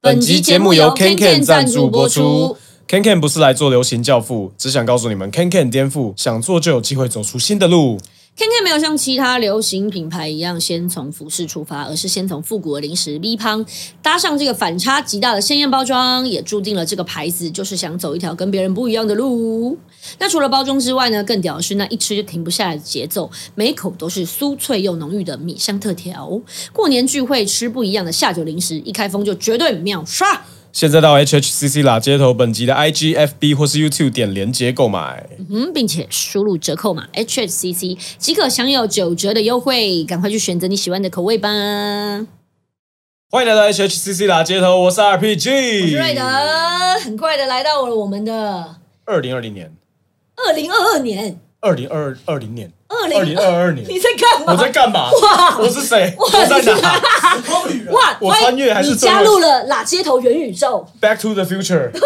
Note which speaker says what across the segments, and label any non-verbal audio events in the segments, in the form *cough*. Speaker 1: 本集节目由 KenKen 赞助播出。KenKen 不是来做流行教父，只想告诉你们，KenKen 颠覆，想做就有机会走出新的路。
Speaker 2: KenKen 没有像其他流行品牌一样先从服饰出发，而是先从复古的零食 V 胖搭上这个反差极大的鲜艳包装，也注定了这个牌子就是想走一条跟别人不一样的路。那除了包装之外呢，更屌的是那一吃就停不下来的节奏，每口都是酥脆又浓郁的米香特调。过年聚会吃不一样的下酒零食，一开封就绝对秒刷。
Speaker 1: 现在到 HHCC 啦街头本集的 IG、FB 或是 YouTube 点连接购买。
Speaker 2: 嗯，并且输入折扣码 HHCC 即可享有九折的优惠，赶快去选择你喜欢的口味吧。
Speaker 1: 欢迎来到 HHCC 啦街头，我是 RPG，
Speaker 2: 我是瑞德，很快的来到了我们的
Speaker 1: 二零二零年，
Speaker 2: 二零二二年，
Speaker 1: 二零二二零年，
Speaker 2: 二
Speaker 1: 二零二二年，
Speaker 2: 你在干嘛？
Speaker 1: 我在干嘛？
Speaker 2: 哇
Speaker 1: 我是谁？我在哪？
Speaker 2: 哇！
Speaker 1: 我穿越还是
Speaker 2: 你
Speaker 1: 中文
Speaker 2: 加入了哪街头元宇宙？
Speaker 1: ？Back to the Future，
Speaker 2: 对，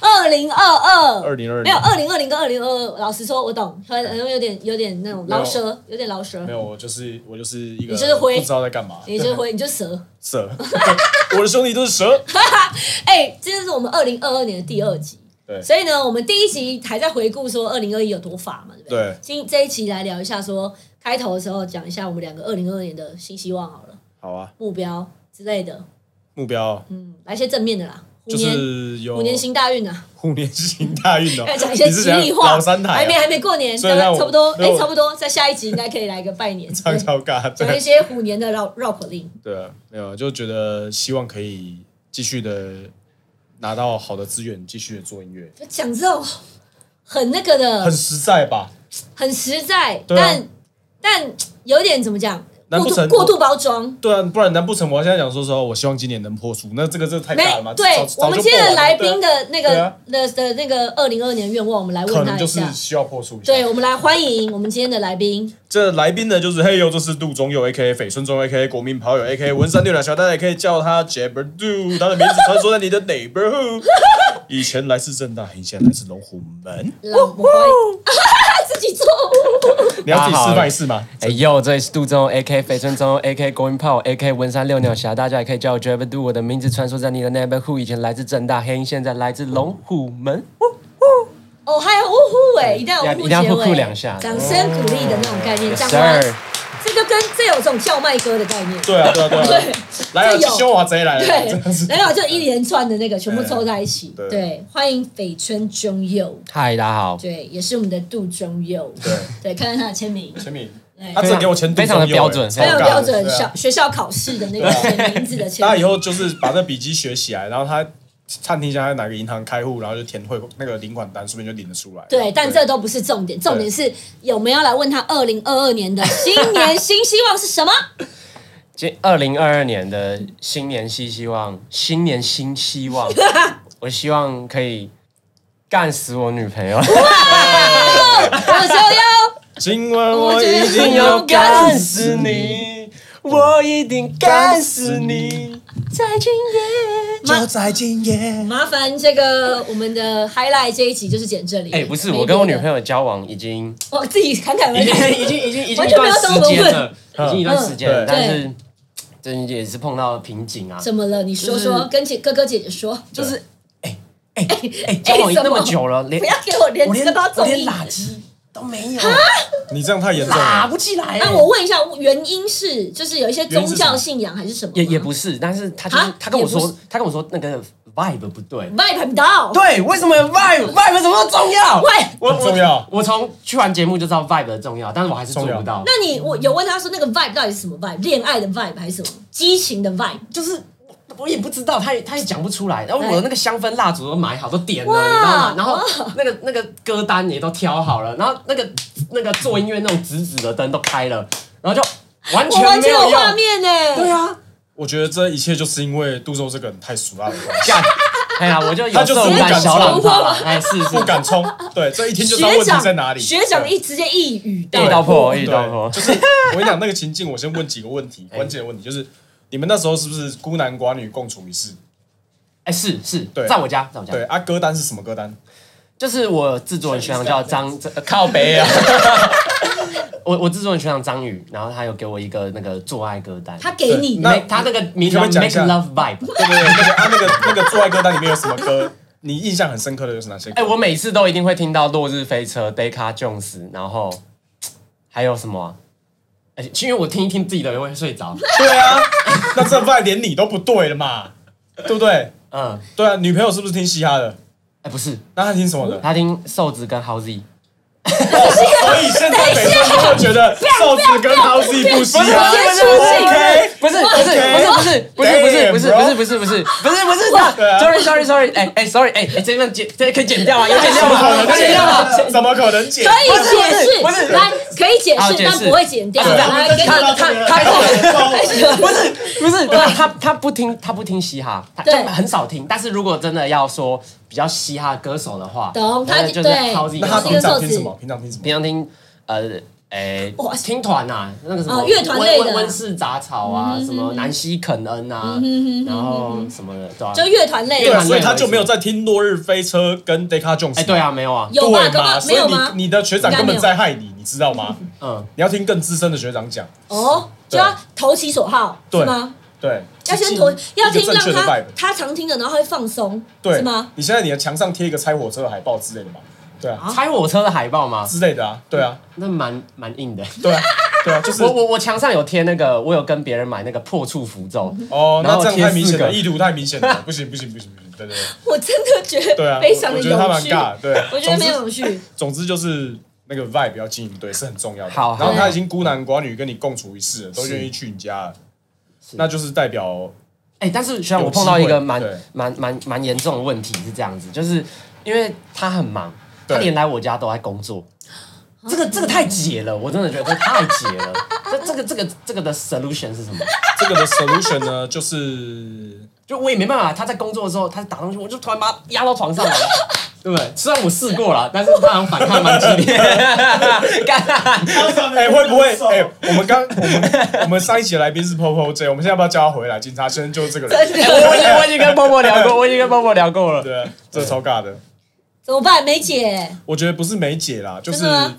Speaker 2: 二零二二，
Speaker 1: 2022
Speaker 2: 没有二零二零跟二零二二。老实说，我懂，可能有点有点那种
Speaker 1: 没有
Speaker 2: 老舌，有点老舌
Speaker 1: 没。有，我就是我就是一个，
Speaker 2: 你就是灰
Speaker 1: 不知道在干嘛，
Speaker 2: 你就回，你就蛇。
Speaker 1: 蛇， *laughs* 我的兄弟都是蛇。
Speaker 2: 哎，这就是我们二零二二年的第二集。
Speaker 1: 对
Speaker 2: 所以呢，我们第一集还在回顾说二零二一有多法嘛，对不对？
Speaker 1: 对
Speaker 2: 今这一期来聊一下说，开头的时候讲一下我们两个二零二二年的新希望好了，
Speaker 1: 好啊，
Speaker 2: 目标之类的，
Speaker 1: 目标
Speaker 2: 嗯，来一些正面的啦，虎
Speaker 1: 就
Speaker 2: 年、
Speaker 1: 是有
Speaker 2: 虎年行大运
Speaker 1: *laughs*
Speaker 2: 啊，
Speaker 1: 虎年行大运哦
Speaker 2: 要 *laughs* 讲一，些
Speaker 1: 你是
Speaker 2: 吉
Speaker 1: 怎样
Speaker 2: 利话，
Speaker 1: 老三台、啊，
Speaker 2: 还没还没过年，
Speaker 1: 所
Speaker 2: 大
Speaker 1: 以让
Speaker 2: 概
Speaker 1: 我
Speaker 2: 差不多，
Speaker 1: 所以
Speaker 2: 哎，
Speaker 1: 我
Speaker 2: 差不多，在下一集应该可以来个拜年，
Speaker 1: 唱
Speaker 2: 对
Speaker 1: 超尬，
Speaker 2: 讲一
Speaker 1: 对
Speaker 2: 些虎年的绕绕口令，
Speaker 1: 对啊，没有就觉得希望可以继续的拿到好的资源，继续的做音乐，
Speaker 2: 就讲这种很那个的，
Speaker 1: 很
Speaker 2: 很
Speaker 1: 实在吧？
Speaker 2: 实在，
Speaker 1: 对啊
Speaker 2: 但但有点怎么讲，
Speaker 1: 难
Speaker 2: 过
Speaker 1: 不
Speaker 2: 度
Speaker 1: 成
Speaker 2: 过度包装。
Speaker 1: 对啊，不然难不成我现在讲说说，我希望今年能破处？那这个这个太
Speaker 2: 没
Speaker 1: 大了嘛？
Speaker 2: 对
Speaker 1: 早，
Speaker 2: 我们今天的来宾，
Speaker 1: 早就破了对啊
Speaker 2: 的那
Speaker 1: 对
Speaker 2: 个
Speaker 1: 啊
Speaker 2: 的的那个二零二年愿望，我们来
Speaker 1: 可
Speaker 2: 问
Speaker 1: 能
Speaker 2: 他
Speaker 1: 就
Speaker 2: 一
Speaker 1: 是
Speaker 2: 下。
Speaker 1: 需要破处一下。
Speaker 2: 对，我们来欢迎我们今天的来宾，
Speaker 1: 这来宾呢，就是嘿呦，这是杜忠佑 A K A 翡春忠 A K A 国民跑友 A K A 文山六两小蛋，也可以叫他 Jabber Do，他的名字传说在你的 neighborhood。以 *laughs* 前来自正大，以前来自龙虎门。
Speaker 2: 让我们欢迎 *laughs* 自己做。
Speaker 1: 你要自己示范一次吗？
Speaker 3: 哎呦，这里是杜仲 A K 肥春中 A K 国民炮 A K 文山六鸟侠，大家也可以叫我 j a v e Do。我的名字穿梭在你的 neighborhood，以前来自正大黑鹰，现在来自龙虎门。
Speaker 2: 哦，还有呜呼哎，一定要有
Speaker 3: 一定要
Speaker 2: 结
Speaker 3: 呼呼
Speaker 2: 尾，
Speaker 3: 两下
Speaker 2: 掌声鼓励的那种概念。讲
Speaker 3: Sir，
Speaker 2: 完，这就跟这有种叫卖歌的概念。
Speaker 1: 对啊，对啊，对
Speaker 2: *laughs*
Speaker 1: 啊。来了，
Speaker 2: 这有
Speaker 1: 修华贼来了，真的是
Speaker 2: 对，然后就一连串的那个全部凑在一起。
Speaker 1: 对
Speaker 2: 对，欢迎翡春中佑，
Speaker 3: 嗨，大家好。
Speaker 2: 对，也是我们的杜中佑。
Speaker 1: 对。
Speaker 2: 对，看看他的签名。
Speaker 1: 陈敏，
Speaker 2: 对
Speaker 1: 他真的给我钱杜
Speaker 3: 非常
Speaker 1: 忠佑欸，
Speaker 3: 的标准
Speaker 1: 超
Speaker 2: 很有
Speaker 1: 尬
Speaker 2: 标准，
Speaker 1: 对啊
Speaker 2: 小学校考试的那
Speaker 3: 啊
Speaker 2: 个写名字的签
Speaker 1: 大家
Speaker 2: 名。
Speaker 1: 以后就是把这笔记学起来，然后他探听一下他哪个银行开户，然后就填汇那个领款单，顺便就领得出来。
Speaker 2: 对，但这都不是重点，重点是有没有来问他二零二二年的新年新希望是什么？ *laughs* 哦
Speaker 3: 今二零二二年的新年新希望，新年新希望， *laughs* 我希望可以干死我女朋友。
Speaker 2: 我说哟，
Speaker 1: 今晚我一定
Speaker 3: *laughs*
Speaker 1: 要干死你，
Speaker 3: 我一定
Speaker 1: 干死你，
Speaker 2: 在今夜。
Speaker 1: 就在今夜。
Speaker 2: 麻烦这个我们的 highlight 这一集就是剪这里。
Speaker 3: 哎、不是，
Speaker 2: 没
Speaker 3: 我跟我女朋
Speaker 2: 别的，
Speaker 3: 友交往已经
Speaker 2: 我自己侃侃而
Speaker 3: *laughs* 已
Speaker 2: *laughs*
Speaker 3: 经
Speaker 2: 谈。
Speaker 3: 已经已经已经
Speaker 2: 完
Speaker 3: 一
Speaker 2: 全没
Speaker 3: 段
Speaker 2: 有
Speaker 3: 时
Speaker 2: 懂我
Speaker 3: 间了，
Speaker 1: 嗯
Speaker 3: *laughs* 已经一段时间了
Speaker 1: 嗯，
Speaker 3: 但是最近也是碰到瓶颈啊，
Speaker 2: 怎么了？你说
Speaker 3: 就
Speaker 2: 说，
Speaker 3: 是
Speaker 2: 跟姐哥哥姐姐说，
Speaker 3: 就是哎哎哎，交往
Speaker 2: 什么
Speaker 3: 那么久了，连
Speaker 2: 不要给我连
Speaker 3: 我
Speaker 2: 这
Speaker 3: 连
Speaker 2: 个都要
Speaker 3: 我
Speaker 2: 综
Speaker 3: 连
Speaker 2: 艺。
Speaker 3: 垃圾都没有，
Speaker 1: 你这样太严重
Speaker 3: 打
Speaker 1: 了。
Speaker 3: 不起来。
Speaker 2: 那啊我问一下，原因是就是有一些宗教信仰还是什么吗？
Speaker 3: 也也不是，但是他就是
Speaker 2: 啊
Speaker 3: 他跟我
Speaker 2: 也
Speaker 3: 说
Speaker 2: 不，嗯
Speaker 3: 他跟我说那个 vibe 不对。
Speaker 2: vibe 很到。
Speaker 3: 对，为什么 vibe vibe 什么都重要？
Speaker 2: 喂
Speaker 3: 我
Speaker 1: 很重要
Speaker 3: 我我从去完节目就知道 vibe 的重要，但是我还是做
Speaker 1: 重要
Speaker 3: 不到。
Speaker 2: 那你我有问他说那个 vibe 到底是什么 vibe？恋爱的 vibe 还是什么？激情的 vibe？
Speaker 3: 就是我我也不知道，他也他也讲不出来。然后
Speaker 2: 对
Speaker 3: 我的那个香氛蜡烛都买好，都点了，
Speaker 2: 哎哇
Speaker 3: 你知道吗？然后那个那个歌单也都挑好了，然后那个那个做音乐那种紫紫的灯都开了，然后就完
Speaker 2: 我完
Speaker 3: 全没
Speaker 2: 全
Speaker 3: 有
Speaker 2: 有画
Speaker 3: 用。
Speaker 2: 面呢、
Speaker 3: *laughs* 对啊，
Speaker 1: 我觉得这一切就是因为杜州这个人太俗辣了，
Speaker 3: 干！哎呀，我就
Speaker 1: 他
Speaker 3: 有
Speaker 1: 就是
Speaker 3: 这种
Speaker 1: 不敢
Speaker 3: 胆小
Speaker 2: 冲
Speaker 3: 懒趴了，哎，是
Speaker 1: 不
Speaker 3: 是，
Speaker 2: *laughs*
Speaker 1: 敢冲。对，这一听就知道
Speaker 2: 学
Speaker 1: 问题
Speaker 2: 长
Speaker 1: 在哪里。
Speaker 2: 学长
Speaker 1: 对
Speaker 2: 一直接一语
Speaker 3: 一语
Speaker 2: 道
Speaker 3: 道破，
Speaker 2: 破。
Speaker 3: 一
Speaker 1: *laughs*
Speaker 3: 语
Speaker 1: 对
Speaker 3: 道破。哎
Speaker 1: 就是我跟你讲那个情境，我先问几个问
Speaker 3: *laughs*
Speaker 1: 题，关键的问题就是你们那时候是不是孤男寡女共处一室？
Speaker 3: 哎，是是
Speaker 1: 对，
Speaker 3: 在我家，在我家
Speaker 1: 对，啊，歌单是什么歌单？
Speaker 3: 就是我制作人学长叫张呃靠北啊， *laughs* 我我之所以选上章鱼，然后他有给我一个那个做爱歌单，
Speaker 4: 他给你
Speaker 1: 那
Speaker 3: Make- 他这个名字叫
Speaker 1: 你可不可以讲
Speaker 3: Make
Speaker 1: 一下
Speaker 3: Love Vibe。
Speaker 1: 对对对，那个啊那个那个做爱歌单里面有什么歌？你印象很深刻的又是哪些歌？
Speaker 3: 哎、我每次都一定会听到《落日飞车》、《Deca Jones》，然后嘖还有什么啊、而且因为我听一听自己的也会睡着。
Speaker 1: 对啊，那这饭连你都不对了嘛，对不对？
Speaker 3: 嗯，哎、
Speaker 1: 对啊，女朋友是不是听嘻哈的？
Speaker 3: 不是，
Speaker 1: 那她听什么的？
Speaker 3: 他听瘦子跟 Howzy。
Speaker 1: 所以现在北村就会觉得瘦子跟 Housey 不嘻哈
Speaker 2: 不是不是
Speaker 1: ，OK？
Speaker 3: 不是不是不是不是不是不是不是不是不是不是不是不是不是
Speaker 1: 对啊
Speaker 3: 的，sorry sorry sorry，哎哎 sorry，哎哎这段剪这可以剪掉吗？有剪掉
Speaker 1: 怎么可
Speaker 3: 吗？
Speaker 1: 能
Speaker 3: 有剪掉吗？
Speaker 1: 解？怎么可能解
Speaker 2: 可？以解释，
Speaker 3: 不是
Speaker 2: 来可以解
Speaker 3: 好
Speaker 2: 释，
Speaker 3: 解释
Speaker 2: 但不会剪掉。
Speaker 3: 啊对啊
Speaker 2: 来，给你
Speaker 1: 他
Speaker 2: 看，
Speaker 1: 他
Speaker 3: 不是不是，他他他不听他不听嘻哈，他
Speaker 2: 对
Speaker 3: 他很少听。但是如果真的要说比较嘻哈歌手的话，
Speaker 2: 懂
Speaker 3: 那
Speaker 2: 他
Speaker 3: 就是
Speaker 2: 对
Speaker 3: Howzy
Speaker 1: 那
Speaker 3: 跟
Speaker 1: 他
Speaker 3: Howzy
Speaker 1: 平常听什么？平常听什么
Speaker 3: 平？常听呃。哎
Speaker 2: 哇，
Speaker 3: 听团呐，那个什么
Speaker 2: 哦乐团类的嗯
Speaker 3: 温温温室杂草啊，什么南希肯恩啊，然后什么的，对吧？
Speaker 2: *laughs* 就乐团类
Speaker 3: 对
Speaker 2: 的
Speaker 3: 啊
Speaker 1: 对，所以他就没有在听《落日飞车》跟《Deca Jones》。
Speaker 3: 哎，对，啊，没有啊，
Speaker 2: 有吧？
Speaker 1: 对
Speaker 2: 根
Speaker 1: 嘛？
Speaker 2: 本
Speaker 1: 所
Speaker 2: 没
Speaker 1: 以
Speaker 2: 有吗？
Speaker 1: 你你的学长根本在害你，你知道吗？
Speaker 3: 嗯，
Speaker 1: 你要听更资深的学长讲。
Speaker 2: 哦，就
Speaker 1: 对
Speaker 2: 要投其所好，是
Speaker 1: 对
Speaker 2: 吗？
Speaker 1: 对啊
Speaker 2: 要先投，要听让
Speaker 1: 正确的
Speaker 2: 他
Speaker 1: vibe
Speaker 2: 他常听的，然后他会放松，
Speaker 1: 对，
Speaker 2: 是吗？？
Speaker 1: 你现在你的墙上贴一个拆火车的海报之类的嘛？对啊，
Speaker 3: 拆我车的海报吗？
Speaker 1: 之类的啊，对啊，
Speaker 3: 那蛮蛮
Speaker 2: *laughs*
Speaker 3: 硬的。
Speaker 1: 对啊，对啊，就是
Speaker 3: 我我我墙上有贴那个，我有跟别人买那个破处符咒，
Speaker 2: 嗯
Speaker 1: 哦，
Speaker 3: 然
Speaker 1: 那
Speaker 3: 后
Speaker 1: 这样太明显了，
Speaker 3: 贴
Speaker 1: 意图太明显了， *laughs* 不行不行不行不行，对
Speaker 2: *laughs*
Speaker 1: 对对
Speaker 2: 我真的觉
Speaker 1: 对啊，
Speaker 2: 得非常的
Speaker 1: 我
Speaker 2: 有
Speaker 1: 觉
Speaker 2: 趣，
Speaker 1: 得他蛮尬，对，
Speaker 2: *laughs* 我觉得没有
Speaker 1: 总
Speaker 2: 有
Speaker 1: 之
Speaker 2: 趣。
Speaker 1: 总之就是那个 vibe 要经营对是很重要的。
Speaker 3: 好好
Speaker 1: 然后他已经孤男寡女跟你共处一室了，都愿意去你家了，那就是代表
Speaker 3: 哎、但是虽然
Speaker 1: 有
Speaker 3: 我碰到
Speaker 1: 机
Speaker 3: 一
Speaker 1: 会
Speaker 3: 个蛮
Speaker 1: 对
Speaker 3: 蛮蛮蛮严重的问题是这样子，就是因为他很忙，他
Speaker 1: 对
Speaker 3: 连来我家都在工作。这个这个太解了，我真的觉得这太解了。这这个这个这个的 solution 是什么？
Speaker 1: 这个的 solution 呢，就是
Speaker 3: 就我也没办法，他在工作的时候，他打东西，我就突然把他压到床上来，对不对？虽然我试过了，但是他好像反抗蛮激烈。 *laughs* 干
Speaker 1: 哎会不会哎我们刚我们 *laughs* 我们上一期的来宾是 Popo J，我们现在要不要叫他回来？警察先生就是这个人，
Speaker 3: 哎我我已经我已经跟波波聊过，我已经跟波波聊过了。
Speaker 1: 对啊，这超尬的。
Speaker 2: 怎么办，梅姐？
Speaker 1: 我觉得不是没解啦，就是
Speaker 2: 真的吗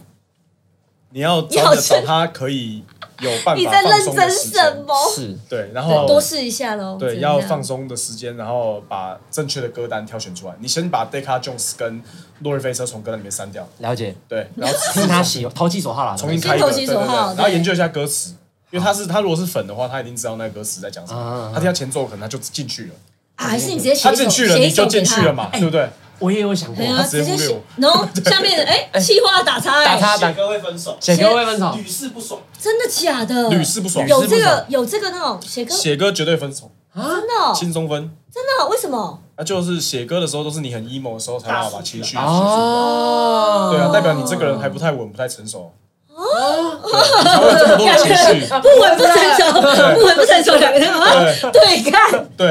Speaker 1: 你要
Speaker 2: 你好
Speaker 1: 找的
Speaker 2: 真
Speaker 1: 找他可以有
Speaker 2: *laughs*
Speaker 1: 办
Speaker 2: 你
Speaker 1: 法
Speaker 2: 在
Speaker 1: 放
Speaker 2: 认
Speaker 1: 松的
Speaker 2: 真
Speaker 1: 时
Speaker 2: 什
Speaker 1: 间，
Speaker 2: 么？
Speaker 3: 是，
Speaker 1: 对，然后
Speaker 2: 多试一下喽。
Speaker 1: 对
Speaker 2: 怎么样
Speaker 1: 要放松的时间，然后把正确的歌单挑选出来。你先把 Deca Jones 跟落日飞车从歌单里面删掉，
Speaker 3: 了解。
Speaker 1: 对，
Speaker 2: 嗯
Speaker 1: 然后
Speaker 3: 听他喜欢投其所好啦，
Speaker 1: 重新开
Speaker 2: 先
Speaker 1: 一个，
Speaker 2: 投
Speaker 1: 对
Speaker 2: 其
Speaker 1: 对
Speaker 2: 所
Speaker 1: 对，
Speaker 2: 好
Speaker 1: 然后
Speaker 2: 对
Speaker 1: 研究一下歌词。因为他是他如果是粉的话，他一定知道那个歌词在讲什
Speaker 3: 啊啊
Speaker 1: 么
Speaker 3: 啊。
Speaker 1: 他听到前奏可能他就进去了，
Speaker 2: 啊，还是你直接写
Speaker 1: 他
Speaker 2: 一首
Speaker 1: 进去了
Speaker 2: 写一
Speaker 1: 你
Speaker 2: 首
Speaker 1: 就
Speaker 2: 给
Speaker 1: 进去
Speaker 2: 他哎
Speaker 1: 了。嘛，对不对？
Speaker 3: 我也有想过
Speaker 2: 对，啊，
Speaker 1: 他直接忽略
Speaker 2: 写
Speaker 1: 我，
Speaker 2: 然
Speaker 1: *laughs*
Speaker 2: 后下面哎，气话打叉
Speaker 3: 打
Speaker 2: 哎，
Speaker 3: 他打
Speaker 5: 歌会分手，
Speaker 3: 写歌会分手，
Speaker 5: 屡试不爽。
Speaker 2: 真的假的？
Speaker 1: 屡试不爽，
Speaker 2: 有这
Speaker 3: 屡试不
Speaker 2: 个
Speaker 3: 爽
Speaker 2: 有这个那种写歌，
Speaker 1: 写歌绝对分手，
Speaker 2: 真的哦
Speaker 1: 轻松分。
Speaker 2: 真的哦为什么？
Speaker 1: 那就是写歌的时候，都是你很 emo 的时候才办法把情绪写出来。
Speaker 3: 哦
Speaker 1: 对啊，代表你这个人还不太稳，不太成熟，
Speaker 3: 哦
Speaker 2: 不
Speaker 1: 情绪。
Speaker 2: 不稳不成熟，不稳不成熟两个人啊，对看，
Speaker 1: 对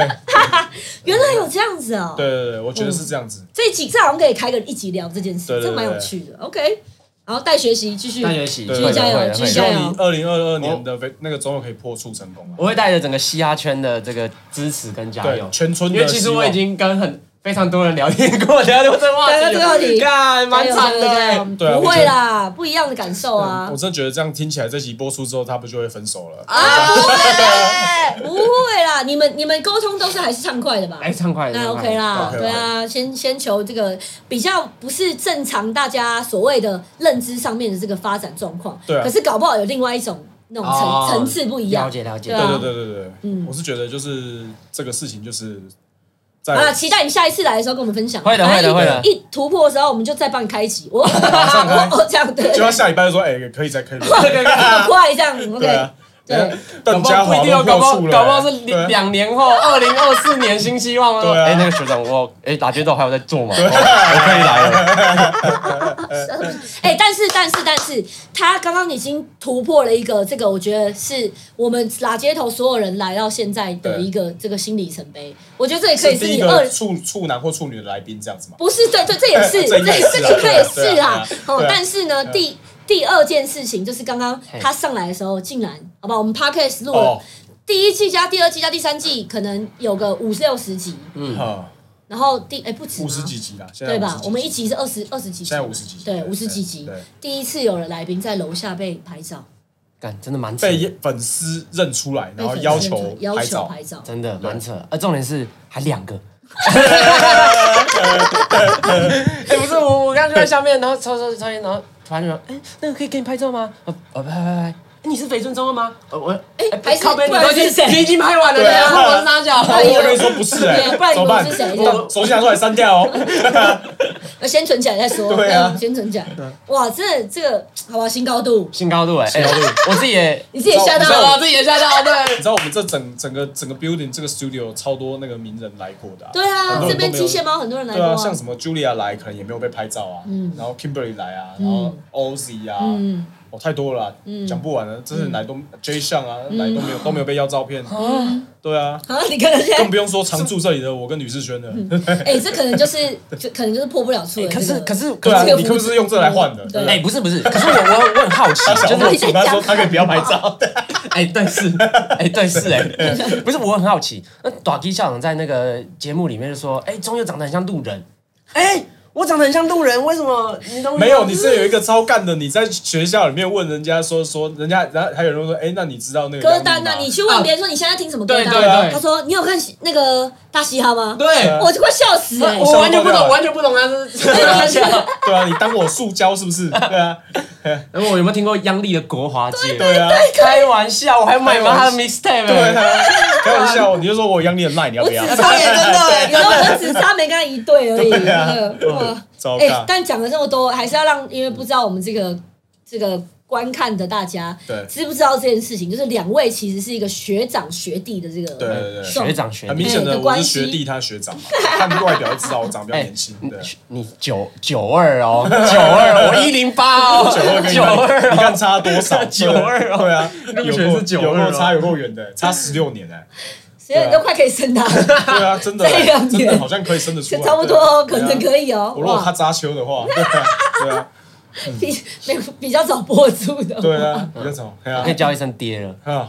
Speaker 2: 原来有这样子哦。
Speaker 1: 对对对，我觉得是这样子。
Speaker 2: 这一集这好像可以开个一集聊这件事，
Speaker 1: 对对对
Speaker 2: 这蛮有趣的。OK，然后带学习继续，
Speaker 3: 大学习，
Speaker 1: 对
Speaker 3: 会的
Speaker 1: 加
Speaker 2: 油
Speaker 3: 会的
Speaker 2: 继
Speaker 3: 会的
Speaker 2: 续
Speaker 1: 希
Speaker 2: 加
Speaker 1: 望
Speaker 2: 油
Speaker 1: 你二零二二年的非那个总有可以破处成功啊！
Speaker 3: 我会带着整个嘻哈圈的这个支持跟加
Speaker 1: 对
Speaker 3: 油，，
Speaker 1: 全村
Speaker 3: 因
Speaker 1: 的
Speaker 3: 为其实
Speaker 1: 希望
Speaker 3: 我已经跟很非常多人聊天过，聊到这个话题
Speaker 2: 聊到
Speaker 3: 了，
Speaker 2: 这个话题
Speaker 3: 干蛮惨的
Speaker 2: 加油
Speaker 3: 欸。
Speaker 1: 对啊
Speaker 2: 不
Speaker 1: 我
Speaker 2: 会
Speaker 1: 觉得
Speaker 2: 啦，不一样的感受啊
Speaker 1: 我。真的觉得这样听起来，这集播出之后，他不就会分手了？
Speaker 2: 啊，不会，
Speaker 3: *laughs*
Speaker 2: 不会啦！你们你们沟通都是还是畅快的吧？
Speaker 3: 哎，畅快，
Speaker 2: 那
Speaker 3: 畅快
Speaker 2: OK 啦，
Speaker 1: OK，OK
Speaker 2: 对啊，先先求这个比较不是正常大家所谓的认知上面的这个发展状况，
Speaker 1: 对啊
Speaker 2: 可是搞不好有另外一种那种
Speaker 3: 哦
Speaker 2: 层层次不一样
Speaker 3: 了，解了解，
Speaker 2: 对
Speaker 1: 对
Speaker 2: 啊
Speaker 1: 对对对对，
Speaker 2: 嗯
Speaker 1: 我是觉得就是这个事情就是
Speaker 2: 啊，
Speaker 1: 在
Speaker 2: 期待你下一次来的时候跟我们分享。
Speaker 3: 会的
Speaker 2: 反正
Speaker 3: 会的
Speaker 2: 一一突破的时候，我们就再帮你开启。
Speaker 3: *laughs*
Speaker 2: 我哦
Speaker 1: 开
Speaker 2: *laughs* 我这样对，
Speaker 1: 就要
Speaker 2: 很
Speaker 1: 下礼拜就说，哎，可以再可以再，
Speaker 3: *laughs* 啊
Speaker 2: 快这样
Speaker 1: 对
Speaker 2: OK
Speaker 1: 啊。。
Speaker 2: 对
Speaker 1: 人家
Speaker 3: 搞
Speaker 1: 邓
Speaker 3: 不
Speaker 1: 家
Speaker 3: 好不一
Speaker 1: 华
Speaker 3: 定哦，
Speaker 1: 都
Speaker 3: 搞不好
Speaker 1: 破处了，
Speaker 3: 搞不好是
Speaker 1: 对啊
Speaker 3: 两两年
Speaker 1: *laughs*
Speaker 3: 后，二零二四年新希望哦。
Speaker 1: 对啊
Speaker 3: 哎，那个学长，我哎打决斗还有在做吗？哦我可以来
Speaker 1: *laughs*
Speaker 3: 了。
Speaker 2: 哎、但是但是但是，他刚刚已经突破了一个这个，我觉得是我们拉街头所有人来到现在的一个这个心理层杯。我觉得这也可以
Speaker 1: 是
Speaker 2: 是
Speaker 1: 第一
Speaker 2: 你二
Speaker 1: 个处处男或处女的来宾这样子吗？
Speaker 2: 不是，对对，这也是，
Speaker 1: *laughs* 这应该
Speaker 2: 也
Speaker 1: 是啊
Speaker 2: 是，
Speaker 1: 对啊
Speaker 2: 这也是
Speaker 1: 对啊
Speaker 2: 啦。哦
Speaker 1: 对啊，
Speaker 2: 但是呢，
Speaker 1: 对啊
Speaker 2: 第第二件事情就是刚刚他上来的时候，竟然，好吧，我们 podcast 录了
Speaker 1: 哦，
Speaker 2: 第一季加第二季加第三季，可能有个五六十集，
Speaker 1: 嗯，
Speaker 2: 然后第哎不止吗
Speaker 1: 啊五十几集啦，现在
Speaker 2: 对
Speaker 1: 50
Speaker 2: 吧
Speaker 1: 几？集
Speaker 2: 我们一集是二十二十几集嘛，
Speaker 1: 现在50几集
Speaker 2: 对，
Speaker 1: 对
Speaker 2: 五十几集
Speaker 1: 对对。
Speaker 2: 第一次有人来宾在楼下被拍照，
Speaker 3: 干真的蛮扯，
Speaker 1: 被粉丝认出来，然后
Speaker 2: 被
Speaker 1: 要
Speaker 2: 粉丝
Speaker 1: 求
Speaker 2: 要
Speaker 1: 拍
Speaker 2: 求
Speaker 1: 照，
Speaker 2: 拍照，
Speaker 3: 真的蛮扯。啊，重点是还两
Speaker 1: *laughs*
Speaker 3: 个。哎、不是我，我刚就在下面，然后抽抽抽烟，然后突然就说，哎、那个可以给你拍照吗？哦哦，拍拍拍。哎你是肥尊中的吗？哦我哎
Speaker 2: 还是
Speaker 3: 靠背，
Speaker 2: 不
Speaker 3: 你
Speaker 2: 然
Speaker 3: 都已
Speaker 2: 是谁
Speaker 3: 经你已经拍完了，
Speaker 1: 对啊
Speaker 3: 然后我是哪角？
Speaker 2: 哎
Speaker 1: 我
Speaker 2: 呦
Speaker 1: 跟你说不是哎、
Speaker 2: 不然你
Speaker 1: 怎么办
Speaker 2: 们是谁？
Speaker 1: 那手机拿出来删掉哦。 *laughs*
Speaker 2: 那呃先存起来再说。
Speaker 1: 对啊
Speaker 2: 嗯先存起来。哇，这这个好吧，新高度，
Speaker 3: 新高度哎、哎我自己也 *laughs*
Speaker 2: 你自己也吓
Speaker 1: 你知
Speaker 3: 吓
Speaker 2: 到
Speaker 1: 道吗
Speaker 2: 了。
Speaker 3: 到，自己也吓到，对
Speaker 1: 你知。道我们这整整个整个 building 这个 studio 超多那个名人来过的、啊，
Speaker 2: 对
Speaker 1: 很
Speaker 2: 啊，
Speaker 1: 多
Speaker 2: 这
Speaker 1: 人
Speaker 2: 边
Speaker 1: 都没有
Speaker 2: 机械猫很多人来
Speaker 1: 对
Speaker 2: 过
Speaker 1: 啊，像什么 Julia 来可能也没有被拍照啊，然后 Kimberly 来啊，然后 Ozzy 啊，
Speaker 2: 嗯
Speaker 1: 哦太多了啊，讲不完了，真是来都 J 项啊，来都没有都没有被要照片，对啊，
Speaker 2: 嗯啊，你看现
Speaker 1: *laughs* 更
Speaker 2: 在，
Speaker 1: 不用说常住这里的我跟吕世轩了， *laughs*
Speaker 2: 哎，这可能就是，这可能就是破不了处了。
Speaker 3: 哎可是
Speaker 2: 这个
Speaker 3: 可是
Speaker 1: 对啊，
Speaker 2: 这个
Speaker 1: 你可不是用这来换的？
Speaker 2: 对
Speaker 3: 哎、不是不是，可是我我我很好奇，
Speaker 1: *laughs* 小
Speaker 3: 就是
Speaker 1: 公主她说她可以不要拍
Speaker 2: *laughs*
Speaker 1: 照，
Speaker 3: 哎、对是，哎、对是哎、不是我很好奇，那短 K 校长在那个节目里面就说，哎、中佑长得很像路人，哎、我长得很像路人，为什么你
Speaker 2: 哦
Speaker 3: 都
Speaker 1: *laughs* 没有，你是有一个超干的，你在学校里面问人家说说，人家然后还有人说，哎，那你知道那个
Speaker 2: 歌
Speaker 1: 杨
Speaker 2: 单
Speaker 1: 幂
Speaker 2: 呢
Speaker 1: 吗？？
Speaker 2: 你去问别人说你现在听什么歌
Speaker 1: 啊
Speaker 2: 单？
Speaker 3: 对对对
Speaker 2: 他说你有看那个大嘻哈吗？
Speaker 1: 呃
Speaker 3: 对，
Speaker 2: 我就快笑死
Speaker 1: 啊
Speaker 2: 哎！
Speaker 3: 我完全不懂，完全不懂他是在哪
Speaker 1: *laughs*
Speaker 3: 笑。
Speaker 1: 对啊，你当我塑胶是
Speaker 2: *laughs*
Speaker 1: 不是？对啊，
Speaker 3: 然后我有没有听过央丽的国华街？
Speaker 1: 对啊，
Speaker 3: 开玩笑，我还买了他的 mixtape，
Speaker 1: 对
Speaker 3: 哎
Speaker 1: 啊，开玩笑，你就说我养你的 line，你要
Speaker 2: 我
Speaker 1: 不
Speaker 2: 只
Speaker 1: 要？
Speaker 2: 差没真的 *laughs* 哎，你知道我只差没跟他一对而已。
Speaker 1: 对啊
Speaker 2: 真
Speaker 1: *laughs*
Speaker 2: 的哇，
Speaker 1: 糟
Speaker 2: 哎
Speaker 1: 糕，，
Speaker 2: 但讲了这么多，还是要让因为不知道我们这个这个观看的大家
Speaker 1: 对
Speaker 2: 知不知道这件事情，就是两位其实是一个学长学弟的这个嗯
Speaker 1: 对啊对对
Speaker 3: 学长学
Speaker 1: 很
Speaker 3: 弟
Speaker 1: 明。显的，
Speaker 2: 哎的
Speaker 1: 我
Speaker 2: 关
Speaker 1: 是
Speaker 2: 系
Speaker 1: 学弟，他学长嘛，看外表就知道我长得比较
Speaker 3: 哎
Speaker 1: 年轻。
Speaker 3: 你
Speaker 1: 对，
Speaker 3: 你九九二哦，九二，我一零八
Speaker 1: *laughs*
Speaker 3: 哦，
Speaker 1: 九二跟啊
Speaker 3: 九二，
Speaker 1: 你看差多
Speaker 3: *laughs*
Speaker 1: 少？
Speaker 3: 九二哦
Speaker 1: 对啊，
Speaker 3: 入学
Speaker 1: 有够
Speaker 3: 是九二
Speaker 1: 有
Speaker 3: 哦
Speaker 1: 够差有够远的，差十六年哎。
Speaker 2: 所以你都快可以生他了，
Speaker 1: *laughs* 对啊，
Speaker 3: *laughs*
Speaker 1: 真的
Speaker 2: 这两年
Speaker 1: 真的好像可以生得出
Speaker 2: 就
Speaker 1: 来，
Speaker 2: 差不多哦可能
Speaker 1: 以。
Speaker 2: 可以哦。
Speaker 1: 我如果他扎秋的话，对啊，对啊，
Speaker 2: 比 *laughs* 比比较早播出的，
Speaker 1: 对啊，比较早，对啊
Speaker 3: 可以，叫一声爹了。
Speaker 1: 啊，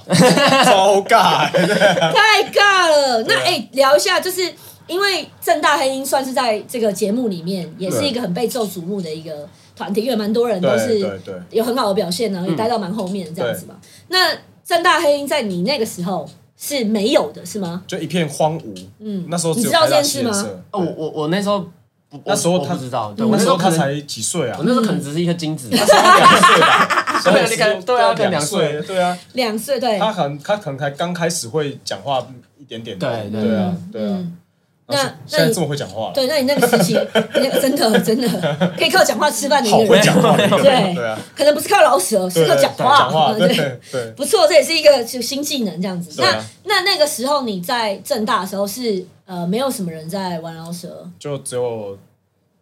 Speaker 1: 超尬，欸
Speaker 2: 太尬了。那
Speaker 1: 对啊
Speaker 2: 哎、诶聊一下，就是因为正大黑鹰算是在这个节目里面，也是一个很备受瞩目的一个团体，因为蛮多人都
Speaker 1: 对对
Speaker 2: 是
Speaker 1: 对。嗯
Speaker 2: 有很好的表现呢，啊也待到蛮后面这样子嘛。那正大黑鹰在你那个时候是没有的，是吗？
Speaker 1: *laughs* 就一片荒芜，
Speaker 2: 嗯
Speaker 1: 那时候只
Speaker 2: 你
Speaker 1: 有
Speaker 2: 知道
Speaker 1: 台
Speaker 2: 这
Speaker 1: 大
Speaker 2: 件
Speaker 1: 七
Speaker 2: 事
Speaker 1: 颜
Speaker 2: 吗？
Speaker 1: 色。
Speaker 3: 哦，我我我那时候不，
Speaker 1: 那时候
Speaker 3: 我
Speaker 1: 他
Speaker 3: 不知道，对
Speaker 1: 我那
Speaker 3: 我那
Speaker 1: 时
Speaker 3: 时候
Speaker 1: 候他
Speaker 3: 可能
Speaker 1: 才几岁啊
Speaker 3: 我？那时候可能只是一颗精子，
Speaker 1: 两岁吧，
Speaker 3: *laughs* 对啊你看对啊可
Speaker 1: 两
Speaker 3: 能两
Speaker 1: 岁，
Speaker 3: 岁哎
Speaker 1: 对啊，
Speaker 2: 两岁对，
Speaker 1: 他可能他可能才刚开始会讲话一点点，
Speaker 3: 对
Speaker 1: 对
Speaker 3: 对
Speaker 1: 啊对啊，
Speaker 2: 嗯，那
Speaker 1: 然后现
Speaker 2: 那
Speaker 1: 在
Speaker 2: 你
Speaker 1: 这么会讲话了，
Speaker 2: 对，那你那个时期， *laughs* 你那个真的真的可以靠讲话吃饭的一
Speaker 1: *laughs* 好
Speaker 2: 个
Speaker 1: 会
Speaker 2: 人，
Speaker 1: 讲话的一个人，
Speaker 2: 对
Speaker 1: 对啊，
Speaker 2: 可能不是靠老舍，是
Speaker 1: 对
Speaker 2: 靠讲
Speaker 1: 讲话，对
Speaker 2: 对。
Speaker 1: 对对。
Speaker 2: 不错，这也是一个就新技能这样子。
Speaker 1: 对啊
Speaker 2: 那那那个时候你在正大的时候是呃没有什么人在玩老蛇，
Speaker 1: 就只有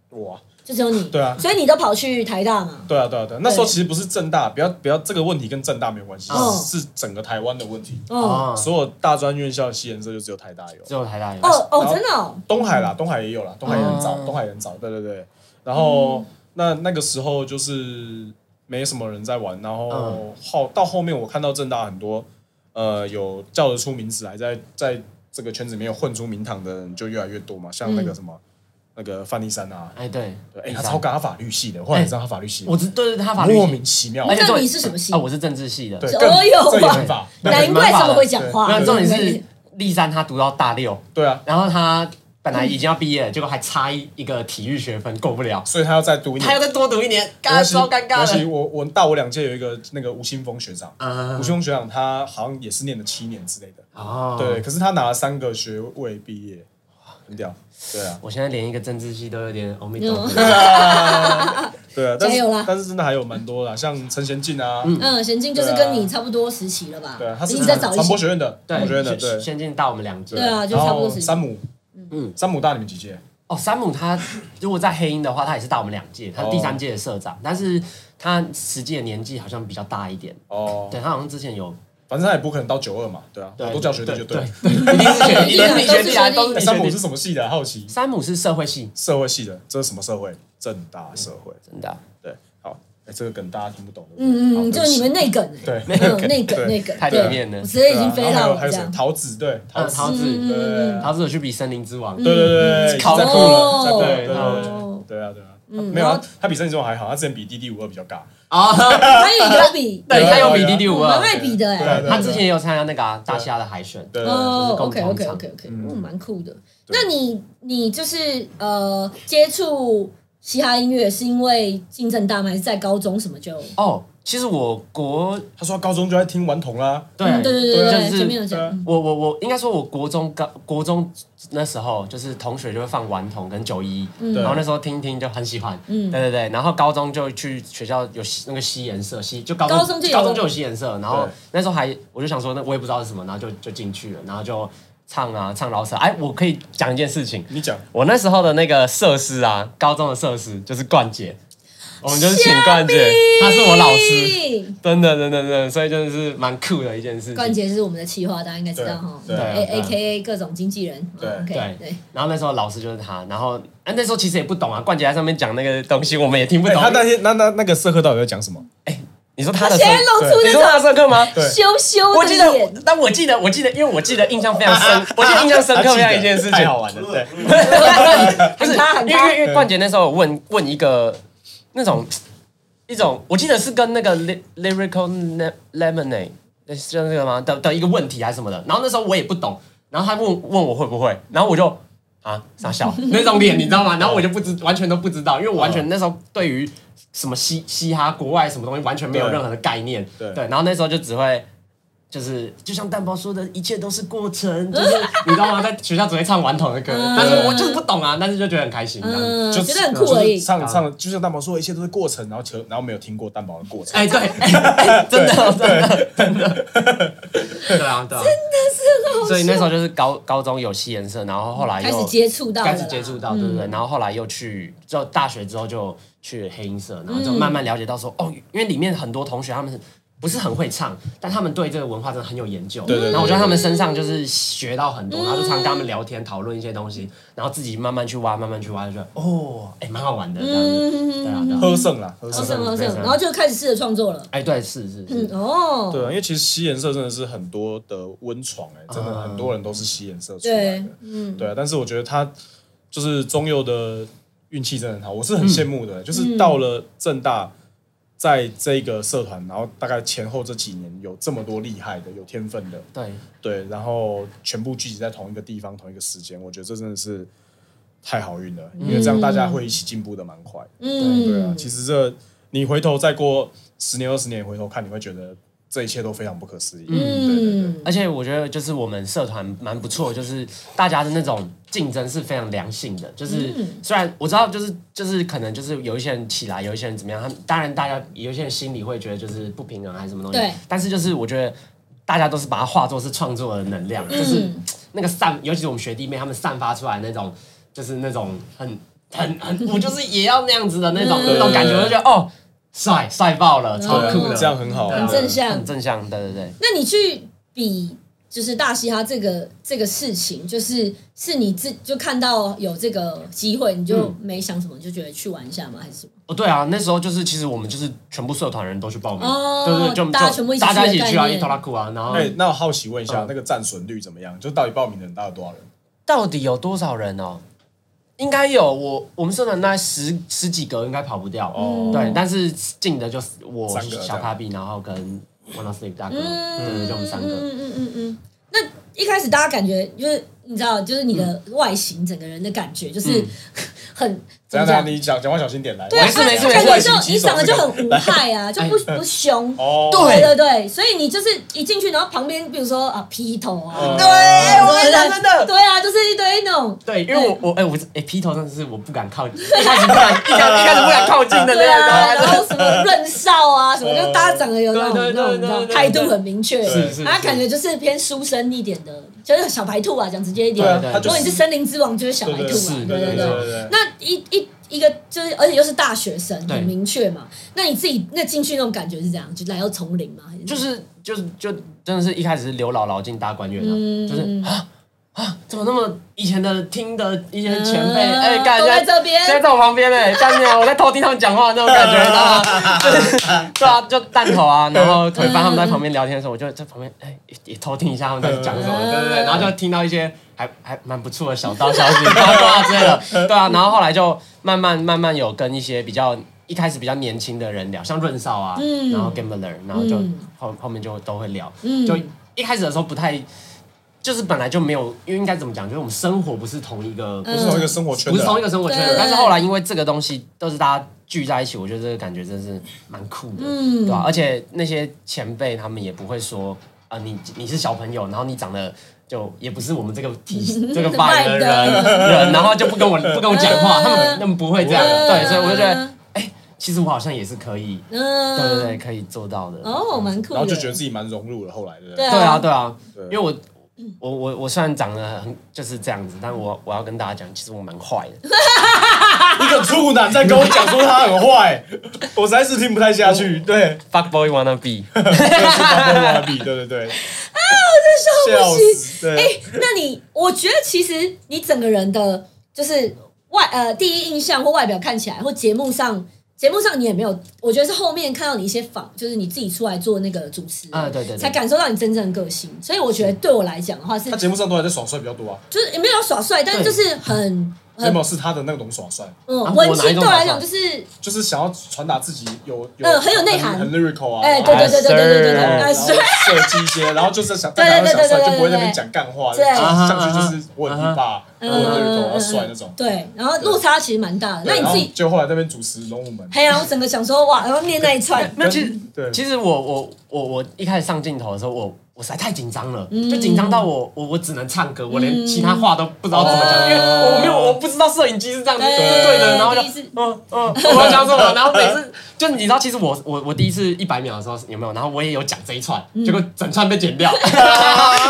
Speaker 1: 我啊、
Speaker 2: 就只有你。
Speaker 1: 对啊
Speaker 2: 所以你都跑去台大嘛？
Speaker 1: 对啊，对啊，对啊。那嗯时候其实不是正大，不要不要，这个问题跟正大没有关系，
Speaker 2: 哦
Speaker 1: 是是整个台湾的问题。
Speaker 2: 哦
Speaker 1: 所有大专院校的西颜色就只有台大有，
Speaker 3: 啊只有台大有。
Speaker 2: 哦
Speaker 1: 然
Speaker 2: 哦，
Speaker 1: 后
Speaker 2: 真的哦，
Speaker 1: 东海啦，东海也有啦，东海也很早，
Speaker 3: 哦嗯
Speaker 1: 东海也很早，对对对。然后、那那个时候就是没什么人在玩，然后
Speaker 3: 嗯
Speaker 1: 后、到后面我看到正大很多呃有叫得出名字来，在在这个圈子里面有混出名堂的人就越来越多嘛，像那个
Speaker 2: 嗯
Speaker 1: 什么、那个范立山啊，
Speaker 3: 哎，对，
Speaker 1: 对，哎、他超
Speaker 3: 高，
Speaker 1: 干，他法律系的，后来你知道他法律系的吗
Speaker 3: 我知对对，他哎法律系
Speaker 1: 莫名其妙，
Speaker 3: 而且
Speaker 2: 那
Speaker 3: 重
Speaker 2: 你
Speaker 3: 点
Speaker 2: 是什么系
Speaker 3: 啊，我是政治系的。
Speaker 1: 对，
Speaker 2: 哦
Speaker 1: 更
Speaker 2: 哟
Speaker 1: 这也
Speaker 2: 哇
Speaker 1: 很
Speaker 3: *laughs*
Speaker 1: 法，
Speaker 3: 对
Speaker 2: 难怪这么会讲话。
Speaker 3: 那
Speaker 1: 对
Speaker 3: 重点
Speaker 2: 对
Speaker 3: 是立山他读到大六，
Speaker 1: 对啊，
Speaker 3: 然后他本来已经要毕业了，结果还差一一个体育学分过不了，
Speaker 1: 所以他要再读一
Speaker 3: 他要
Speaker 1: 年。
Speaker 3: 再多读一年，
Speaker 1: 没
Speaker 3: 尴
Speaker 1: 关系
Speaker 3: 超尴
Speaker 1: 没关
Speaker 3: 尬
Speaker 1: 系
Speaker 3: 的。
Speaker 1: 我我大我两届有一个那个吴青峰学长，吴
Speaker 3: 嗯
Speaker 1: 青峰学长他好像也是念了七年之类的，
Speaker 3: 哦，
Speaker 1: 对，，可是他拿了三个学位毕业，很屌，对啊，
Speaker 3: 我现在连一个政治系都有点欧米陀
Speaker 2: 嗯
Speaker 3: 佛。
Speaker 2: *laughs*
Speaker 1: 对啊，但
Speaker 2: 加油啦
Speaker 1: 是但是真的还有蛮多啦，像陈贤进啊，
Speaker 2: 嗯，贤进就是跟你差不多时期了吧？
Speaker 1: 对啊，他
Speaker 2: 比
Speaker 1: 是
Speaker 2: 你再早一
Speaker 1: 传播
Speaker 2: 些。
Speaker 1: 学院的，传播学院的，对
Speaker 3: 对，先，先进到我们两届。
Speaker 2: 对啊就差不多
Speaker 1: 然
Speaker 2: 时
Speaker 1: 后
Speaker 2: 间
Speaker 1: 山姆，嗯
Speaker 3: 嗯，
Speaker 1: 山姆大你们几届？
Speaker 3: 哦，山姆他如果在黑鹰的话，他也是大我们两届，他是第三届的社长，但是他实际的年纪好像比较大一点。
Speaker 1: 哦，
Speaker 3: 对他好像之前有，
Speaker 1: 反正他也不可能到九二嘛，对啊，
Speaker 3: 对
Speaker 1: 我都叫学弟就对
Speaker 3: 对
Speaker 1: 了。，
Speaker 3: 对一定是学弟，一定是你学弟啊，
Speaker 2: 都是学弟
Speaker 1: 哎
Speaker 3: 都是你
Speaker 1: 山姆
Speaker 3: 学
Speaker 1: 是
Speaker 3: 弟。
Speaker 1: 什么系的啊？好奇。
Speaker 3: 山姆是社会系，
Speaker 1: 社会系的，这是什么社会？正大社会。
Speaker 3: 真的啊。
Speaker 1: 对，好，哎这个梗大家听不懂。对不对好
Speaker 2: 嗯嗯，
Speaker 1: 对
Speaker 2: 就
Speaker 1: 不
Speaker 2: 是
Speaker 1: 起
Speaker 2: 你们内梗欸，
Speaker 1: 对
Speaker 2: 内梗内梗
Speaker 1: 对
Speaker 2: 内梗，
Speaker 3: 太
Speaker 2: 对
Speaker 3: 里面了
Speaker 2: 我直接已经
Speaker 1: 对啊
Speaker 2: 飞
Speaker 1: 然
Speaker 2: 到
Speaker 1: 后还有
Speaker 2: 了
Speaker 1: 还有
Speaker 2: 这
Speaker 1: 谁
Speaker 2: 样？。
Speaker 1: 桃子对桃
Speaker 3: 嗯
Speaker 1: 子
Speaker 3: 桃子，
Speaker 1: 对
Speaker 3: 桃子有去比森林之王，
Speaker 1: 对对对对，
Speaker 3: 嗯考
Speaker 1: 在
Speaker 3: 酷
Speaker 1: 酷
Speaker 2: 了
Speaker 1: 了，在酷了，对对
Speaker 3: 哦
Speaker 1: 对对啊对啊，没
Speaker 2: 嗯然
Speaker 1: 有啊
Speaker 2: 后
Speaker 1: 他比森林之王还好，他之前比 DD 五二比较尬，
Speaker 3: 啊，
Speaker 2: 他也有比，
Speaker 3: 对，
Speaker 1: 有
Speaker 3: 他有
Speaker 1: 有
Speaker 3: 比
Speaker 1: 有
Speaker 3: D D 五
Speaker 2: 蛮
Speaker 3: 二，
Speaker 2: 会比的
Speaker 1: 对啊
Speaker 2: 哎。
Speaker 1: 对啊
Speaker 3: 他之前也有参加那个啊大虾的海选，
Speaker 1: 对对对
Speaker 2: 哦
Speaker 3: 就是
Speaker 2: ，OK
Speaker 3: 共
Speaker 2: OK
Speaker 3: 同
Speaker 2: OK OK，
Speaker 1: 嗯
Speaker 2: 嗯，蛮酷的。那你你就是呃接触嘻哈音乐是因为竞争大吗？还是在高中什么就？
Speaker 3: 哦，其实我国
Speaker 1: 他说他高中就在听顽童啦，
Speaker 2: 嗯对对
Speaker 1: 对啊
Speaker 2: 对，
Speaker 3: 就是
Speaker 2: 前面有
Speaker 1: 对
Speaker 2: 讲
Speaker 1: 啊，
Speaker 2: 嗯
Speaker 3: 我我我应该说，我国中高国中那时候，就是同学就会放顽童跟九一，
Speaker 2: 嗯
Speaker 1: 对
Speaker 3: 然后那时候听一听就很喜欢，
Speaker 2: 嗯
Speaker 3: 对对对，然后高中就去学校有吸那个吸颜色，吸就高中
Speaker 2: 高中就有
Speaker 3: 高中就有吸颜色，然后
Speaker 1: 对
Speaker 3: 那时候还我就想说，那我也不知道是什么，然后就就进去了，然后就唱啊唱老舍，哎，我可以讲一件事情，
Speaker 1: 你讲
Speaker 3: 我那时候的那个设施啊，高中的设施就是冠姐，我们就是请冠姐，她是我老师，真的真的真的，所以真的是蛮酷的一件事情。
Speaker 2: 冠杰是我们的企划，大家应该知道哈。
Speaker 1: 对对
Speaker 2: A
Speaker 3: 对
Speaker 2: A K A 各种经纪人。
Speaker 1: 对
Speaker 2: 嗯，OK，
Speaker 3: 对
Speaker 2: 对。
Speaker 3: 然后那时候老师就是他，然后啊那时候其实也不懂啊，冠杰在上面讲那个东西我们也听不
Speaker 1: 哎
Speaker 3: 懂。
Speaker 1: 他那天那那那个社课到底在讲什么？
Speaker 3: 你说他
Speaker 2: 他
Speaker 3: 的
Speaker 2: 现
Speaker 3: 社，
Speaker 2: 在露出
Speaker 3: 你
Speaker 2: 那种
Speaker 3: 说他的社课吗？
Speaker 1: 对
Speaker 2: 羞羞
Speaker 3: 我
Speaker 2: 的
Speaker 3: 记得
Speaker 2: 脸，，
Speaker 3: 但我记得，我记得，因为我记得印象非常 *laughs* 深，我啊记得印象深刻非常一件事
Speaker 1: 太
Speaker 3: 情，
Speaker 1: 好玩了，对，
Speaker 3: *laughs* 不是
Speaker 2: 很搭很
Speaker 3: 因为因
Speaker 2: 搭
Speaker 3: 为因为冠杰那时候有问问一个那种一种，我记得是跟那个 Ly- lyrical Ne- lemonade 是叫那个吗的的一个问题还是什么的，然后那时候我也不懂，然后他问问我会不会，然后我就。啊，傻笑那种脸，你知道吗？然后我就不知，完全都不知道，因为我完全那时候对于什么嘻嘻哈国外什么东西完全没有
Speaker 1: 对
Speaker 3: 任何的概念，
Speaker 1: 对
Speaker 3: 然后那时候就只会就是就像蛋包说的，一切都是过程，就是 *laughs* 你知道吗？在学校只会唱顽童的歌，
Speaker 2: 嗯
Speaker 3: 但是我就是不懂啊，但是就觉得很开心。这样子
Speaker 2: 嗯，
Speaker 1: 就
Speaker 2: 觉得很酷而
Speaker 1: 就是
Speaker 2: 已。
Speaker 1: 唱唱，就像蛋宝说，一切都是过程，然后求，然后没有听过蛋宝的过程，
Speaker 3: *laughs* 哎，对，哎真的，真的，真的，对啊，对啊，所以那时候就是高高中有吸颜色，然后后来又
Speaker 2: 开始接触到了啦，嗯
Speaker 3: 开始接触到，对不对？然后后来又去，就大学之后就去黑音社，然后就
Speaker 2: 嗯
Speaker 3: 慢慢了解到说，哦，因为里面很多同学他们不是很会唱，但他们对这个文化真的很有研究。
Speaker 1: 对对对
Speaker 3: 然后我觉得他们身上就是学到
Speaker 2: 嗯
Speaker 3: 很多，然后就常跟他们聊天讨论一些东西，然后自己慢慢去挖，慢慢去挖，就觉得哦，哎，蛮好玩的这样子。
Speaker 2: 嗯
Speaker 3: 对啊，对啊。
Speaker 1: 喝剩啦，喝
Speaker 2: 好
Speaker 1: 剩。
Speaker 2: 什么
Speaker 3: 非常
Speaker 2: 什么，然后就开始试着创作了。
Speaker 3: 哎，对，是是
Speaker 2: 嗯
Speaker 3: 是，
Speaker 2: 哦，
Speaker 1: 对啊，因为其实吸颜色真的是很多的温床哎、真的
Speaker 3: 啊
Speaker 1: 很多人都是吸颜色出来
Speaker 2: 对
Speaker 1: 的。，
Speaker 2: 嗯，
Speaker 1: 对啊，但是我觉得他就是中佑的运气真的很好，我是很羡慕的、就是到了正大，在这个社团，然后大概前后这几年有这么多厉害的、有天分的，
Speaker 3: 对，
Speaker 1: 对，然后全部聚集在同一个地方、同一个时间，我觉得这真的是太好运了，因为这样大家会一起进步的蛮快的。对啊，
Speaker 2: 嗯，
Speaker 1: 其实这你回头再过十年、二十年回头看，你会觉得这一切都非常不可思议。对对对
Speaker 2: 嗯，
Speaker 3: 而且我觉得就是我们社团蛮不错，就是大家的那种竞争是非常良性的。就是
Speaker 2: 嗯
Speaker 3: 虽然我知道，就是就是可能就是有一些人起来，有一些人怎么样，他们当然大家有一些人心里会觉得就是不平衡还是什么东西
Speaker 2: 对，
Speaker 3: 但是就是我觉得。大家都是把它化作是创作的能量，就是
Speaker 2: 嗯
Speaker 3: 那个散，尤其是我们学弟妹他们散发出来那种，就是那种很很很，我就是也要那样子的那种
Speaker 2: 嗯
Speaker 3: 那种感觉，我就觉得哦，帅帅爆了，超
Speaker 1: 对啊
Speaker 3: 酷的，
Speaker 1: 这样很好，
Speaker 3: 对啊
Speaker 2: 很正向
Speaker 3: 很正向，对对对。
Speaker 2: 那你去比就是大嘻哈这个这个事情，就是是你自就看到有这个机会，你就没想什么，就觉得去玩一下吗？还是什么？
Speaker 3: 哦，对啊，那时候就是其实我们就是全部社团人都去报名，
Speaker 2: 哦
Speaker 3: 对对，对就
Speaker 2: 大家
Speaker 3: 就
Speaker 2: 全部一起去
Speaker 3: 大家一
Speaker 2: 的
Speaker 3: 起
Speaker 2: 概
Speaker 3: 去啊，
Speaker 2: 念
Speaker 3: 一头拉库啊，然后
Speaker 1: 哎、那我好奇问一下，
Speaker 3: 嗯
Speaker 1: 那个战损率怎么样？就到底报名的人大概有多少人？
Speaker 3: 到底有多少人哦？应该有我我们社团大概十十几个，应该跑不掉。
Speaker 2: 嗯
Speaker 1: 哦
Speaker 3: 对，但是进的就是我
Speaker 1: 三个
Speaker 3: 小卡比，然后跟 One of Sleep 大哥，对对，
Speaker 2: 嗯，
Speaker 3: 就我们三个。
Speaker 2: 嗯嗯嗯嗯。那一开始大家感觉就是你知道，就是你的外形，整个人的感觉就是
Speaker 3: 嗯
Speaker 2: 很怎
Speaker 1: 怎
Speaker 2: 么
Speaker 1: 样？怎样
Speaker 2: 讲？
Speaker 1: 你讲讲话小心点来。
Speaker 2: 对啊，
Speaker 3: 没事没事没
Speaker 2: 感
Speaker 3: 事
Speaker 2: 觉
Speaker 3: 外
Speaker 2: 就
Speaker 1: 形
Speaker 2: 你
Speaker 1: 棘手
Speaker 2: 长得就
Speaker 1: 这个
Speaker 2: 很无害
Speaker 3: *laughs*
Speaker 2: 啊，就不不凶。
Speaker 1: 哦，
Speaker 2: 对对
Speaker 3: 对
Speaker 2: 对，所以你就是一进去，然后旁边比如说啊披头啊，
Speaker 3: 哦对
Speaker 2: 我也想
Speaker 3: 真的。
Speaker 2: 对啊，就是一堆那种
Speaker 3: 对，因为我我哎、我哎披头真的是我不敢靠近，一开始不敢，一开一开始不敢靠近的那
Speaker 2: 对啊，
Speaker 3: 个
Speaker 2: 然后什么润少
Speaker 3: *laughs*
Speaker 2: 啊，什么就大家长得有那种
Speaker 3: 对对对
Speaker 2: 那种
Speaker 3: 对
Speaker 2: 你知道
Speaker 3: 对对
Speaker 2: 态度很明确，
Speaker 3: 是是
Speaker 2: 他
Speaker 3: 是
Speaker 2: 感觉就是偏书生一点的，就是小白兔啊，讲直接一点
Speaker 1: 对啊，
Speaker 3: 对
Speaker 1: 他
Speaker 2: 如
Speaker 1: 就
Speaker 2: 果
Speaker 1: 是
Speaker 2: 你是森林之王，就是小
Speaker 1: 对
Speaker 2: 白
Speaker 1: 对
Speaker 2: 兔
Speaker 1: 对
Speaker 2: 嘛，
Speaker 3: 是
Speaker 2: 对
Speaker 1: 对
Speaker 2: 对
Speaker 1: 对
Speaker 2: 对。
Speaker 1: 对。
Speaker 2: 那一一一个就是，而且又是大学生，
Speaker 3: 对
Speaker 2: 很明确嘛。那你自己那进去那种感觉是怎样？就来到丛林嘛，还
Speaker 3: 对，就是就是就真的是一开始是刘姥姥进大观园啊，
Speaker 2: 嗯
Speaker 3: 就是啊啊，怎么那么以前的听的一些前辈，
Speaker 2: 嗯
Speaker 3: 哎、干、
Speaker 2: 都在这边
Speaker 3: 现在在我旁
Speaker 2: *laughs*
Speaker 3: 边哎、干掉我在偷听他们讲话那种感觉，你知道
Speaker 2: *laughs*
Speaker 3: 吗？就是对啊，就弹头
Speaker 2: 嗯
Speaker 3: 啊，然后腿翻他们在旁边聊天的时候，我就在旁边哎、也也偷听一下他们在讲什么，
Speaker 2: 嗯
Speaker 3: 对对对，然后就听到一些还还蛮不错的小道消息、八卦之类的，
Speaker 2: 嗯
Speaker 3: 对啊，然后后来就慢慢慢慢有跟一些比较。一开始比较年轻的人聊，像润少啊，
Speaker 2: 嗯
Speaker 3: 然后 Gambler，然后就、
Speaker 2: 嗯
Speaker 3: 后后面就都会聊，
Speaker 2: 嗯
Speaker 3: 就一开始的时候不太，就是本来就没有，因为应该怎么讲，就是我们生活不是同一个，
Speaker 2: 嗯
Speaker 1: 不是同一个生活圈
Speaker 3: 不是同一
Speaker 1: 的。啊
Speaker 3: 个生活圈
Speaker 2: 对
Speaker 3: 的。但是后来因为这个东西都是大家聚在一起，我觉得这个感觉真是蛮酷的，
Speaker 2: 嗯
Speaker 3: 对吧、而且那些前辈他们也不会说啊、你你是小朋友，然后你长得。就也不是我们这个体
Speaker 2: *laughs*
Speaker 3: 这个
Speaker 2: vibe
Speaker 3: 范的人人，然后就不跟我不跟我讲话，
Speaker 2: 嗯
Speaker 3: 他们他们不会这样，
Speaker 2: 嗯
Speaker 3: 对，所以我就觉得，哎，其实我好像也是可以，
Speaker 2: 嗯，
Speaker 3: 对对对，可以做到的。
Speaker 2: 哦，蛮酷的，
Speaker 1: 然后就觉得自己蛮融入了，后来对不
Speaker 2: 对
Speaker 1: 对？
Speaker 3: 对啊，对啊，
Speaker 1: 对
Speaker 3: 因为我我我我虽然长得很就是这样子，但我我要跟大家讲，其实我蛮坏的。
Speaker 1: 一个处男在跟我讲说他很坏， *laughs* 我实在是听不太下
Speaker 3: *laughs*
Speaker 1: 去。对，
Speaker 3: Fuck boy wanna be，
Speaker 1: 就是把我拉比，对对对。啊，我真笑死！
Speaker 2: 哎
Speaker 1: 对，
Speaker 2: *laughs* 那你，我觉得其实你整个人的，就是外呃第一印象或外表看起来，或节目上节目上你也没有，我觉得是后面看到你一些访，就是你自己出来做那个主持人
Speaker 3: 啊对对对
Speaker 2: 才感受到你真正的个性。所以我觉得对我来讲的话是
Speaker 1: 他，节目上都还在耍帅比较多啊，
Speaker 2: 就是也没有耍帅，但
Speaker 3: 对
Speaker 2: 就是很
Speaker 1: 有
Speaker 3: *laughs*
Speaker 2: 很
Speaker 1: 没有是他的那种耍帅？
Speaker 2: 嗯
Speaker 3: 啊
Speaker 2: 文
Speaker 3: 我哪
Speaker 2: 青
Speaker 3: 一
Speaker 2: 对
Speaker 3: 种
Speaker 2: 我来
Speaker 3: 耍
Speaker 2: 讲
Speaker 3: 帅
Speaker 2: 就是
Speaker 1: 就是想要传达自己有
Speaker 2: 呃很有内涵
Speaker 1: 很 lyrical
Speaker 3: 哦
Speaker 1: 啊，
Speaker 2: 哎对对对对对对对对，
Speaker 1: 呃然
Speaker 2: 哎
Speaker 1: 后
Speaker 2: 是
Speaker 1: 设计一些，然后就是想
Speaker 2: 对
Speaker 1: 大
Speaker 2: 对对
Speaker 1: 家
Speaker 2: 对
Speaker 1: 想
Speaker 2: 对
Speaker 1: 帅，
Speaker 2: 对
Speaker 1: 就不会在那边讲干话，
Speaker 2: 对嗯
Speaker 1: 就是
Speaker 3: 啊
Speaker 1: 上去就是我很一霸，我很 lyrical，我要帅那种。
Speaker 2: 对，然后落差其实蛮大的。那
Speaker 1: 对
Speaker 2: 你
Speaker 1: 然
Speaker 2: 自
Speaker 1: 后
Speaker 2: 己，
Speaker 3: 哦
Speaker 1: 就后来那边主持龙武门，
Speaker 2: 嘿呀，我整个想说哇，然后念那一串，
Speaker 3: 那其实
Speaker 1: 对
Speaker 3: 其实我我我我一开始上镜头的时候，我我实在太紧张了，
Speaker 2: 嗯
Speaker 3: 就紧张到我我我只能唱歌，我连其他话都不知道怎么
Speaker 2: 哦
Speaker 3: 讲，因为我没有我不知道摄影机是这样子
Speaker 2: 对
Speaker 3: 对的，然后就
Speaker 2: 第一次
Speaker 3: 嗯嗯，我要讲什么，然后每次就你知道，其实我我我第一次一百秒的时候有没有，然后我也有讲这一串，
Speaker 2: 嗯
Speaker 3: 结果整串
Speaker 2: *laughs*
Speaker 3: 被剪掉， *laughs*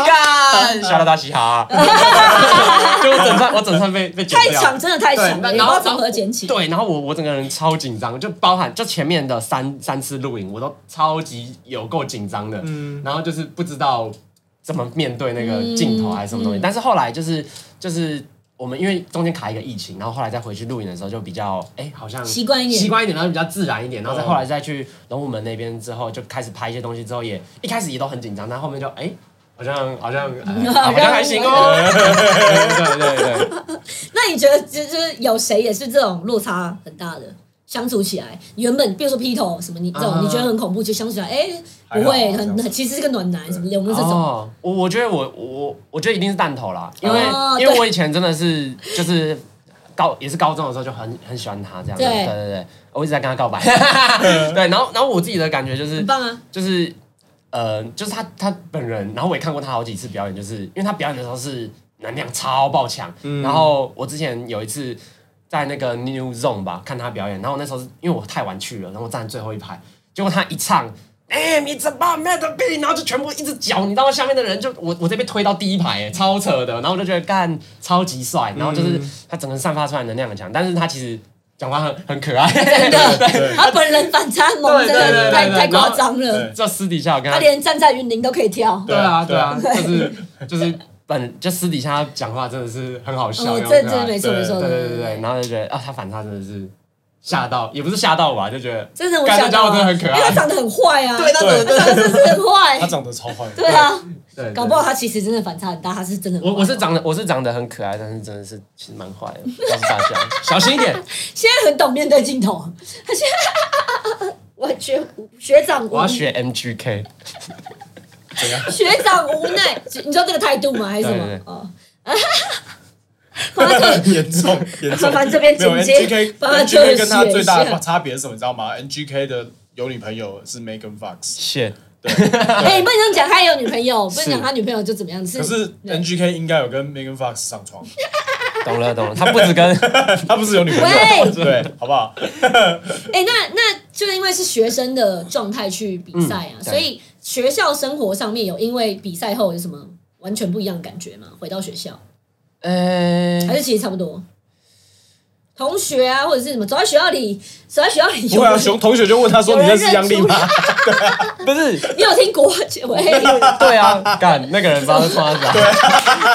Speaker 3: 干，笑到大嘻哈，就我整串我整串被被剪
Speaker 2: 太
Speaker 3: 掉，
Speaker 2: 长真的太
Speaker 3: 对
Speaker 2: 长了，
Speaker 3: 那
Speaker 2: 你不
Speaker 3: 然
Speaker 2: 知
Speaker 3: 后
Speaker 2: 道从何捡起。
Speaker 3: 对，然后我我整个人超紧张，就包含就前面的三三次录影，我都超级有够紧张的，
Speaker 1: 嗯
Speaker 3: 然后就是不知道怎么面对那个镜头还是什么东西。
Speaker 2: 嗯嗯
Speaker 3: 但是后来就是就是我们因为中间卡一个疫情，然后后来再回去录影的时候就比较哎好像
Speaker 2: 习惯一点
Speaker 3: 习惯一点，然后比较自然一点，然后再
Speaker 1: 嗯
Speaker 3: 后来再去龙虎门那边之后就开始拍一些东西之后也一开始也都很紧张，但后面就哎。好像好像、
Speaker 2: *laughs*
Speaker 3: 哎好像还行哦， *laughs* 对对对对，
Speaker 2: 那你觉得就就是有谁也是这种落差很大的？相处起来，原本比如说劈头什么你这种，
Speaker 3: 啊
Speaker 2: 你觉得很恐怖，就相处起来，哎、
Speaker 1: 还好
Speaker 2: 不会
Speaker 1: 还好
Speaker 2: 很很，其实是个暖男什么的，我们这种、
Speaker 3: 哦，我我觉得我我我觉得一定是弹头啦，因为、
Speaker 2: 哦
Speaker 3: 因
Speaker 2: 对
Speaker 3: 为我以前真的是就是高也是高中的时候就很很喜欢他这样，
Speaker 2: 对
Speaker 3: 对对对，我一直在跟他告白， *laughs* 对，然后然后我自己的感觉就是
Speaker 2: 很棒啊，
Speaker 3: 就是呃就是他他本人，然后我也看过他好几次表演，就是因为他表演的时候是能量超爆强，
Speaker 2: 嗯
Speaker 3: 然后我之前有一次。在那个 New Zone 吧看他表演，然后那时候是因为我太晚去了，然后我站最后一排，结果他一唱。哎、你怎么没得病？然后就全部一直脚，你知道吗？下面的人就我我这被推到第一排，哎，超扯的。然后我就觉得干超级帅，然后就是
Speaker 2: 嗯
Speaker 3: 他整个散发出来能量很强，但是他其实讲话很很可爱，
Speaker 2: *laughs* 真的，
Speaker 1: 对
Speaker 2: 他本人反差萌，
Speaker 3: 对
Speaker 2: 真
Speaker 3: 对
Speaker 2: 的
Speaker 3: 对
Speaker 2: 太
Speaker 3: 对对
Speaker 2: 太
Speaker 3: 然后
Speaker 2: 夸张了
Speaker 1: 对，
Speaker 3: *laughs* 就私底下我跟
Speaker 2: 他
Speaker 3: 他，
Speaker 2: 连站在云林都可以跳，
Speaker 3: 对啊对啊，
Speaker 2: 对啊
Speaker 3: 就是 *laughs* 就是本就私底下他讲话真的是很好笑，
Speaker 2: 哦，
Speaker 3: 然后
Speaker 2: 这
Speaker 3: 很可爱
Speaker 2: 这没错
Speaker 1: 对
Speaker 2: 没错，
Speaker 3: 对对对对，然后就觉得啊，他反差真的是吓到，也不是吓到我啊，就觉得
Speaker 2: 真的我
Speaker 3: 干
Speaker 2: 想到啊，
Speaker 3: 这家伙真的很可爱
Speaker 2: 因为他长得很坏啊，
Speaker 3: 对，他
Speaker 1: 对
Speaker 3: 真的
Speaker 2: 他长得真是很坏
Speaker 1: 他，长得超坏， *laughs*
Speaker 2: 对啊，
Speaker 3: 对对
Speaker 2: 搞不好他其实真的反差很大，他是真的很
Speaker 3: 我
Speaker 2: 坏
Speaker 3: 我是长得我是长得很可爱，但是真的是其实蛮坏的，告诉大家
Speaker 2: *laughs*
Speaker 3: 小心一点。
Speaker 2: 现在很懂面对镜头，他现在我学学长
Speaker 3: 我要
Speaker 2: 无
Speaker 3: 学 MGK，
Speaker 1: 怎样？
Speaker 2: 学长无奈，你知道这个态度吗？还是什
Speaker 3: 对对
Speaker 2: 么
Speaker 3: 对？
Speaker 2: 哦，帮他做
Speaker 1: 严重严
Speaker 2: *laughs*
Speaker 1: 重，
Speaker 2: 麻烦这边
Speaker 1: 没有
Speaker 2: 剪接
Speaker 1: NGK
Speaker 2: 帮他
Speaker 1: NGK
Speaker 2: 遮
Speaker 1: 跟他
Speaker 2: 掩
Speaker 1: 最
Speaker 2: 一
Speaker 1: 大
Speaker 2: 下
Speaker 1: 的差别是什么？你知道吗？NGK 的有女朋友是 Megan Fox，
Speaker 3: 谢
Speaker 2: *laughs* 哎，你不能这样讲，他也有女朋友，不能
Speaker 3: 是
Speaker 2: 讲他女朋友就怎么样，是
Speaker 1: 可是 NGK 应该有跟 Megan Fox 上床， *laughs*
Speaker 3: 懂了懂了，他不止跟
Speaker 1: 他不是有女朋
Speaker 2: 喂
Speaker 1: 友，对，好不好？
Speaker 2: 哎，那那就因为是学生的状态去比赛啊，
Speaker 3: 嗯对
Speaker 2: 所以学校生活上面有因为比赛后有什么完全不一样的感觉吗？回到学校
Speaker 3: 呃
Speaker 2: 还是其实差不多，同学啊，或者是什么，走在学校里，走在学校里
Speaker 1: 不
Speaker 2: 有
Speaker 1: 会啊，
Speaker 2: 人，
Speaker 1: 熊同学就问他说：“
Speaker 2: 有
Speaker 1: 你
Speaker 2: 人
Speaker 1: 认识杨丽
Speaker 2: 认出
Speaker 1: 吗
Speaker 3: 不是，
Speaker 2: 你有听国 *laughs* 语？喂，
Speaker 3: 对啊，干那个人帮他穿啥？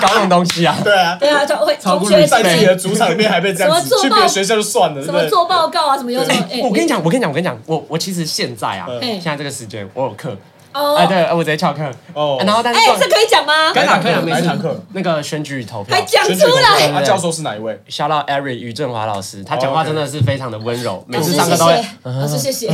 Speaker 3: 搞什么东西啊？”？
Speaker 1: 对啊，
Speaker 2: 对啊，同会
Speaker 3: 超
Speaker 2: 同
Speaker 3: 不
Speaker 2: 学
Speaker 3: 理
Speaker 2: 之
Speaker 3: 性
Speaker 1: 在自己
Speaker 2: 间
Speaker 1: 的主场里面还被这样
Speaker 2: 什么
Speaker 1: 子，
Speaker 2: 做
Speaker 1: 去
Speaker 2: 报
Speaker 1: 别的学校就算了，
Speaker 2: 什
Speaker 1: 对不
Speaker 2: 么
Speaker 1: 对？
Speaker 2: 做报告啊，什么有什么，哎哎
Speaker 3: 我跟你讲，我跟你讲，我跟你讲，我我其实现在啊，
Speaker 1: 嗯
Speaker 3: 现在这个时间我有课，
Speaker 2: 哦
Speaker 3: 哎，，对，我直接翘课，啊
Speaker 1: 哦
Speaker 3: 然后但是
Speaker 2: 哎，这可以讲吗？
Speaker 3: 该打课了，没
Speaker 1: 哪一
Speaker 3: 事
Speaker 1: 堂课，
Speaker 3: 那个选举投票
Speaker 2: 还。讲
Speaker 1: 选举
Speaker 2: 出
Speaker 1: 公
Speaker 2: 来
Speaker 1: 告，他教授是哪一位？
Speaker 3: 小到 Eric 于振华老师，他讲
Speaker 1: 哦
Speaker 3: 话
Speaker 1: ，OK
Speaker 3: 真的是非常的温柔，每
Speaker 2: 老
Speaker 3: 次
Speaker 2: 师
Speaker 3: 上
Speaker 2: 哦谢
Speaker 3: 课都会
Speaker 2: 啊谢。，老师谢谢，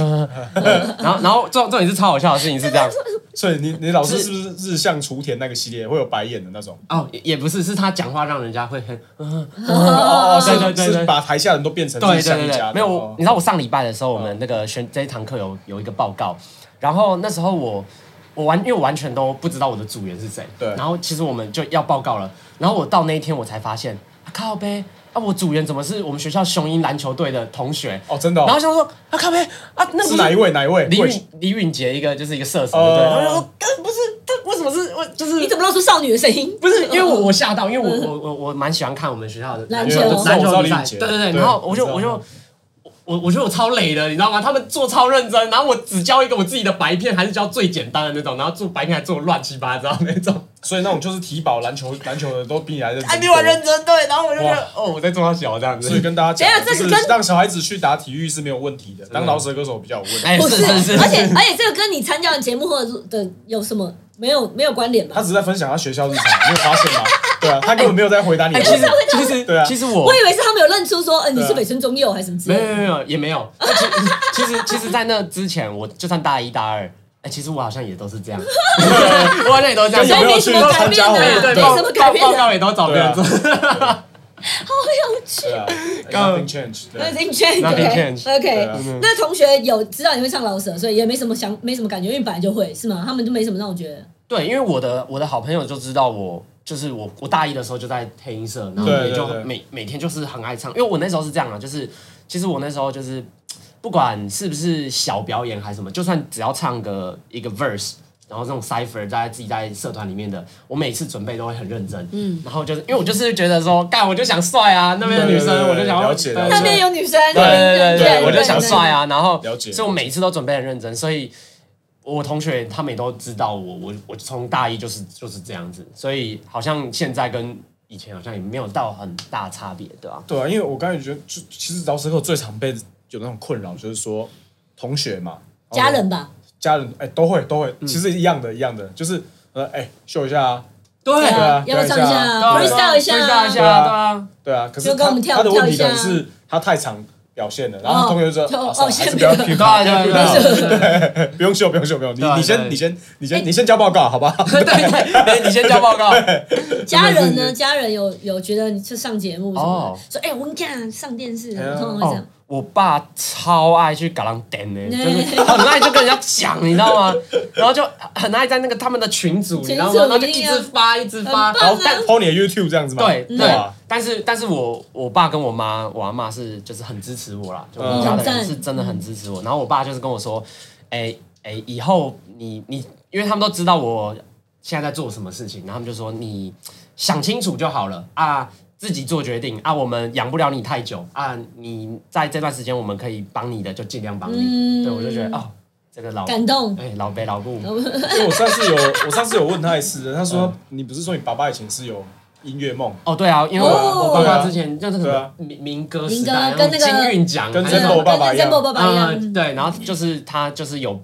Speaker 3: 然后，然后重重点是超好笑的事情是这样，
Speaker 1: 所以你你老师是不是日向雏田那个系列会有白眼的那种？
Speaker 3: 哦，也也不是，是他讲话让人家会很
Speaker 1: 哦，
Speaker 3: 对
Speaker 1: 是
Speaker 3: 对对对
Speaker 1: 是把台下人都变成
Speaker 3: 对
Speaker 1: 日
Speaker 3: 对
Speaker 1: 向
Speaker 3: 对
Speaker 1: 一家
Speaker 3: 对，
Speaker 1: 的。
Speaker 3: 没有，我
Speaker 1: 哦嗯
Speaker 3: 你知道我上礼拜的时候，我们那个选这一堂课有有一个报告，然后那时候我我完因为我完全都不知道我的组员是谁，
Speaker 1: 对
Speaker 3: 然后其实我们就要报告了，然后我到那一天我才发现，啊靠呗，啊我组员怎么是我们学校雄鹰篮球队的同学，
Speaker 1: 哦，真的哦。
Speaker 3: 然后想说啊靠呗，啊那不
Speaker 1: 是哪一位？哪一位？
Speaker 3: 李
Speaker 1: 会
Speaker 3: 允李允杰一个就是一个射手，对不对？
Speaker 1: 哦
Speaker 3: 然后我想说，干不是他为什么是我就是
Speaker 2: 你怎么露出少女的声音？哦
Speaker 3: 不是因为我我吓到，因为我我我我蛮喜欢看我们学校的
Speaker 2: 篮
Speaker 3: 球
Speaker 2: 球
Speaker 3: 篮球比
Speaker 1: 我知道
Speaker 3: 赛
Speaker 1: 林，杰
Speaker 3: 对对对，
Speaker 1: 对
Speaker 3: 然后我就
Speaker 1: 我
Speaker 3: 我
Speaker 1: 知道
Speaker 3: 就我我觉得我超累的，你知道吗？他们做超认真，然后我只交一个我自己的白片，还是交最简单的那种，然后做白片还做乱七八糟那种，
Speaker 1: 所以那种就是体保篮球篮球的都比你还认真。
Speaker 3: 哎，另外认。真对，然后我就觉得
Speaker 1: 哇
Speaker 3: 哦我在做到小这样
Speaker 1: 所以
Speaker 3: 子，
Speaker 1: 跟大家
Speaker 2: 等一
Speaker 1: 讲，啊
Speaker 2: 下
Speaker 1: 就
Speaker 2: 这
Speaker 1: 是
Speaker 2: 是跟
Speaker 1: 让小孩子去打体育是没有问题的，当饶舌歌手比较有问题。
Speaker 3: 哎
Speaker 2: 不
Speaker 3: 是是是，
Speaker 2: 而且而且这个跟你参加的节目或者的有什么没有没有关联
Speaker 1: 他
Speaker 2: 吗？
Speaker 1: 只是在分享他学校日常，你有发现吗？对啊，他根本没有在回答你的
Speaker 3: 哎
Speaker 1: 问
Speaker 3: 其实
Speaker 1: 题。
Speaker 3: 其实
Speaker 1: 对啊
Speaker 3: 其实我
Speaker 2: 我以为是他们有认出说，呃，你
Speaker 1: 对
Speaker 2: 是
Speaker 1: 啊
Speaker 2: 北村中佑还是什么之
Speaker 3: 没
Speaker 2: 类
Speaker 3: 有
Speaker 2: 的。
Speaker 3: 没有没有也没有，那其其实其实，在那之前，我就算大一大二，哎，其实我好像也都是这样，我好像也都是这样，
Speaker 1: 有没有去过参加活
Speaker 2: 所以
Speaker 1: 动？
Speaker 2: 你什么改变的啊没什么改
Speaker 3: 对，报
Speaker 2: 变
Speaker 3: 报告也都找别人做。
Speaker 2: 好有趣
Speaker 1: 对。啊
Speaker 3: *laughs* 刚
Speaker 1: ，nothing change。对
Speaker 2: Nothing change,
Speaker 3: Nothing change
Speaker 2: OK, OK
Speaker 1: 对啊。
Speaker 2: 那同学有知道你会唱老舍，所以也没什么想，没什么感觉，因为本来就会，是吗？他们就没什么让我觉得。
Speaker 3: 对，因为我的我的好朋友就知道我，就是我我大一的时候就在配音社，然后
Speaker 1: 对
Speaker 3: 也就
Speaker 1: 对对
Speaker 3: 每每天就是很爱唱，因为我那时候是这样啊，就是其实我那时候就是不管是不是小表演还是什么，就算只要唱个一个 verse。然后这种 cipher 在自己在社团里面的，我每次准备都会很认真，嗯，然后就是因为我就是觉得说，干我就想帅啊，那边的女生
Speaker 1: 对对对
Speaker 3: 我就想要
Speaker 1: 了解
Speaker 3: *laughs*
Speaker 1: 了解
Speaker 2: 那边有女生，
Speaker 3: 对对对
Speaker 1: 对
Speaker 3: 对，
Speaker 1: 对
Speaker 3: 我就想
Speaker 1: 对
Speaker 3: 帅啊，然后
Speaker 1: 了解
Speaker 3: 所以我每一次都准备很认真，所以我同学他们也都知道我，我我从大一就是就是这样子，所以好像现在跟以前好像也没有到很大差别，对吧、
Speaker 1: 对啊，因为我刚才觉得，就其实饶舌歌最常被有那种困扰，就是说同学嘛，哦
Speaker 2: 家人吧，
Speaker 1: 家人哎、都会都会，
Speaker 3: 嗯
Speaker 1: 其实一样的，一样的，就是呃哎、秀一下啊，
Speaker 3: 对
Speaker 1: 啊
Speaker 2: 要不要唱一下
Speaker 1: 对
Speaker 3: 对啊
Speaker 1: 啊
Speaker 2: ？freestyle 一下
Speaker 3: 对啊，freestyle 一下，对
Speaker 1: 对啊
Speaker 3: 啊，
Speaker 1: 对啊，可是
Speaker 2: 就跟
Speaker 1: 他
Speaker 2: 我们跳
Speaker 1: 他的问题可
Speaker 2: 跳一
Speaker 1: 能
Speaker 2: 下啊
Speaker 1: 是他太常表现了，然后他同学就说
Speaker 2: 哦
Speaker 1: 啊算了
Speaker 2: 哦
Speaker 1: 还是
Speaker 2: 先
Speaker 1: 不要
Speaker 2: 不要
Speaker 1: 听
Speaker 3: 对啊，对啊，对啊对啊
Speaker 1: 不用秀不用秀不用，你
Speaker 3: 对啊
Speaker 1: 你
Speaker 3: 对啊
Speaker 1: 先你先你
Speaker 2: 哎
Speaker 1: 先你先交报告好
Speaker 2: *laughs*
Speaker 1: 不好？
Speaker 3: *laughs* 对对对，你先交报告，
Speaker 2: 家人呢？家人有有觉得你去上节目什么
Speaker 3: 哦
Speaker 2: 的，说哎，我跟你讲，上电视，
Speaker 1: 哎呀
Speaker 2: 通常会这
Speaker 3: 哦
Speaker 2: 样。，
Speaker 3: 我爸超爱去搞浪点呢，
Speaker 2: 嗯
Speaker 3: 就是很爱就跟人家讲，你知道吗？然后就很爱在那个他们的群组，你知道吗？
Speaker 2: 群
Speaker 3: 然
Speaker 2: 组
Speaker 3: 后就
Speaker 2: 一
Speaker 3: 一
Speaker 2: 定
Speaker 3: 直
Speaker 2: 要
Speaker 3: 发，一直发
Speaker 2: 很。棒
Speaker 1: 然后但 PO 你的 YouTube 这样子嘛，
Speaker 2: 嗯
Speaker 1: 啊
Speaker 3: 对对
Speaker 1: 哇，
Speaker 3: 但是但是我我爸跟我妈我阿妈是就是很支持我啦，就我
Speaker 1: 嗯
Speaker 3: 们家的
Speaker 2: 很
Speaker 3: 人
Speaker 2: 赞
Speaker 3: 是真的很支持我。然后我爸就是跟我说，哎哎，以后你你，因为他们都知道我现在在做什么事情，然后他们就说你想清楚就好了啊，自己做决定啊，我们养不了你太久啊，你在这段时间我们可以帮你的就尽量帮你。
Speaker 2: 嗯
Speaker 3: 对，我就觉得哦，这个老
Speaker 2: 感动。
Speaker 3: 哎老伯老顾，
Speaker 1: 因为我上次有我上次有问他一次，他
Speaker 3: 嗯
Speaker 1: 说你不是说你爸爸以前是有音乐梦，
Speaker 3: 哦，对啊，因为我、
Speaker 2: 哦
Speaker 3: 我爸爸
Speaker 1: 对啊
Speaker 3: 之前就是什
Speaker 1: 对
Speaker 3: 么
Speaker 1: 啊
Speaker 3: 民民歌时
Speaker 2: 民歌
Speaker 3: 代，
Speaker 2: 跟那个
Speaker 3: 金韵奖，
Speaker 1: 跟
Speaker 3: 还是
Speaker 1: 真
Speaker 3: 什
Speaker 1: 的我
Speaker 3: 么
Speaker 1: 爸爸一样
Speaker 2: 啊跟 *laughs* 我爸爸一样。
Speaker 3: 嗯对，然后就是他就是有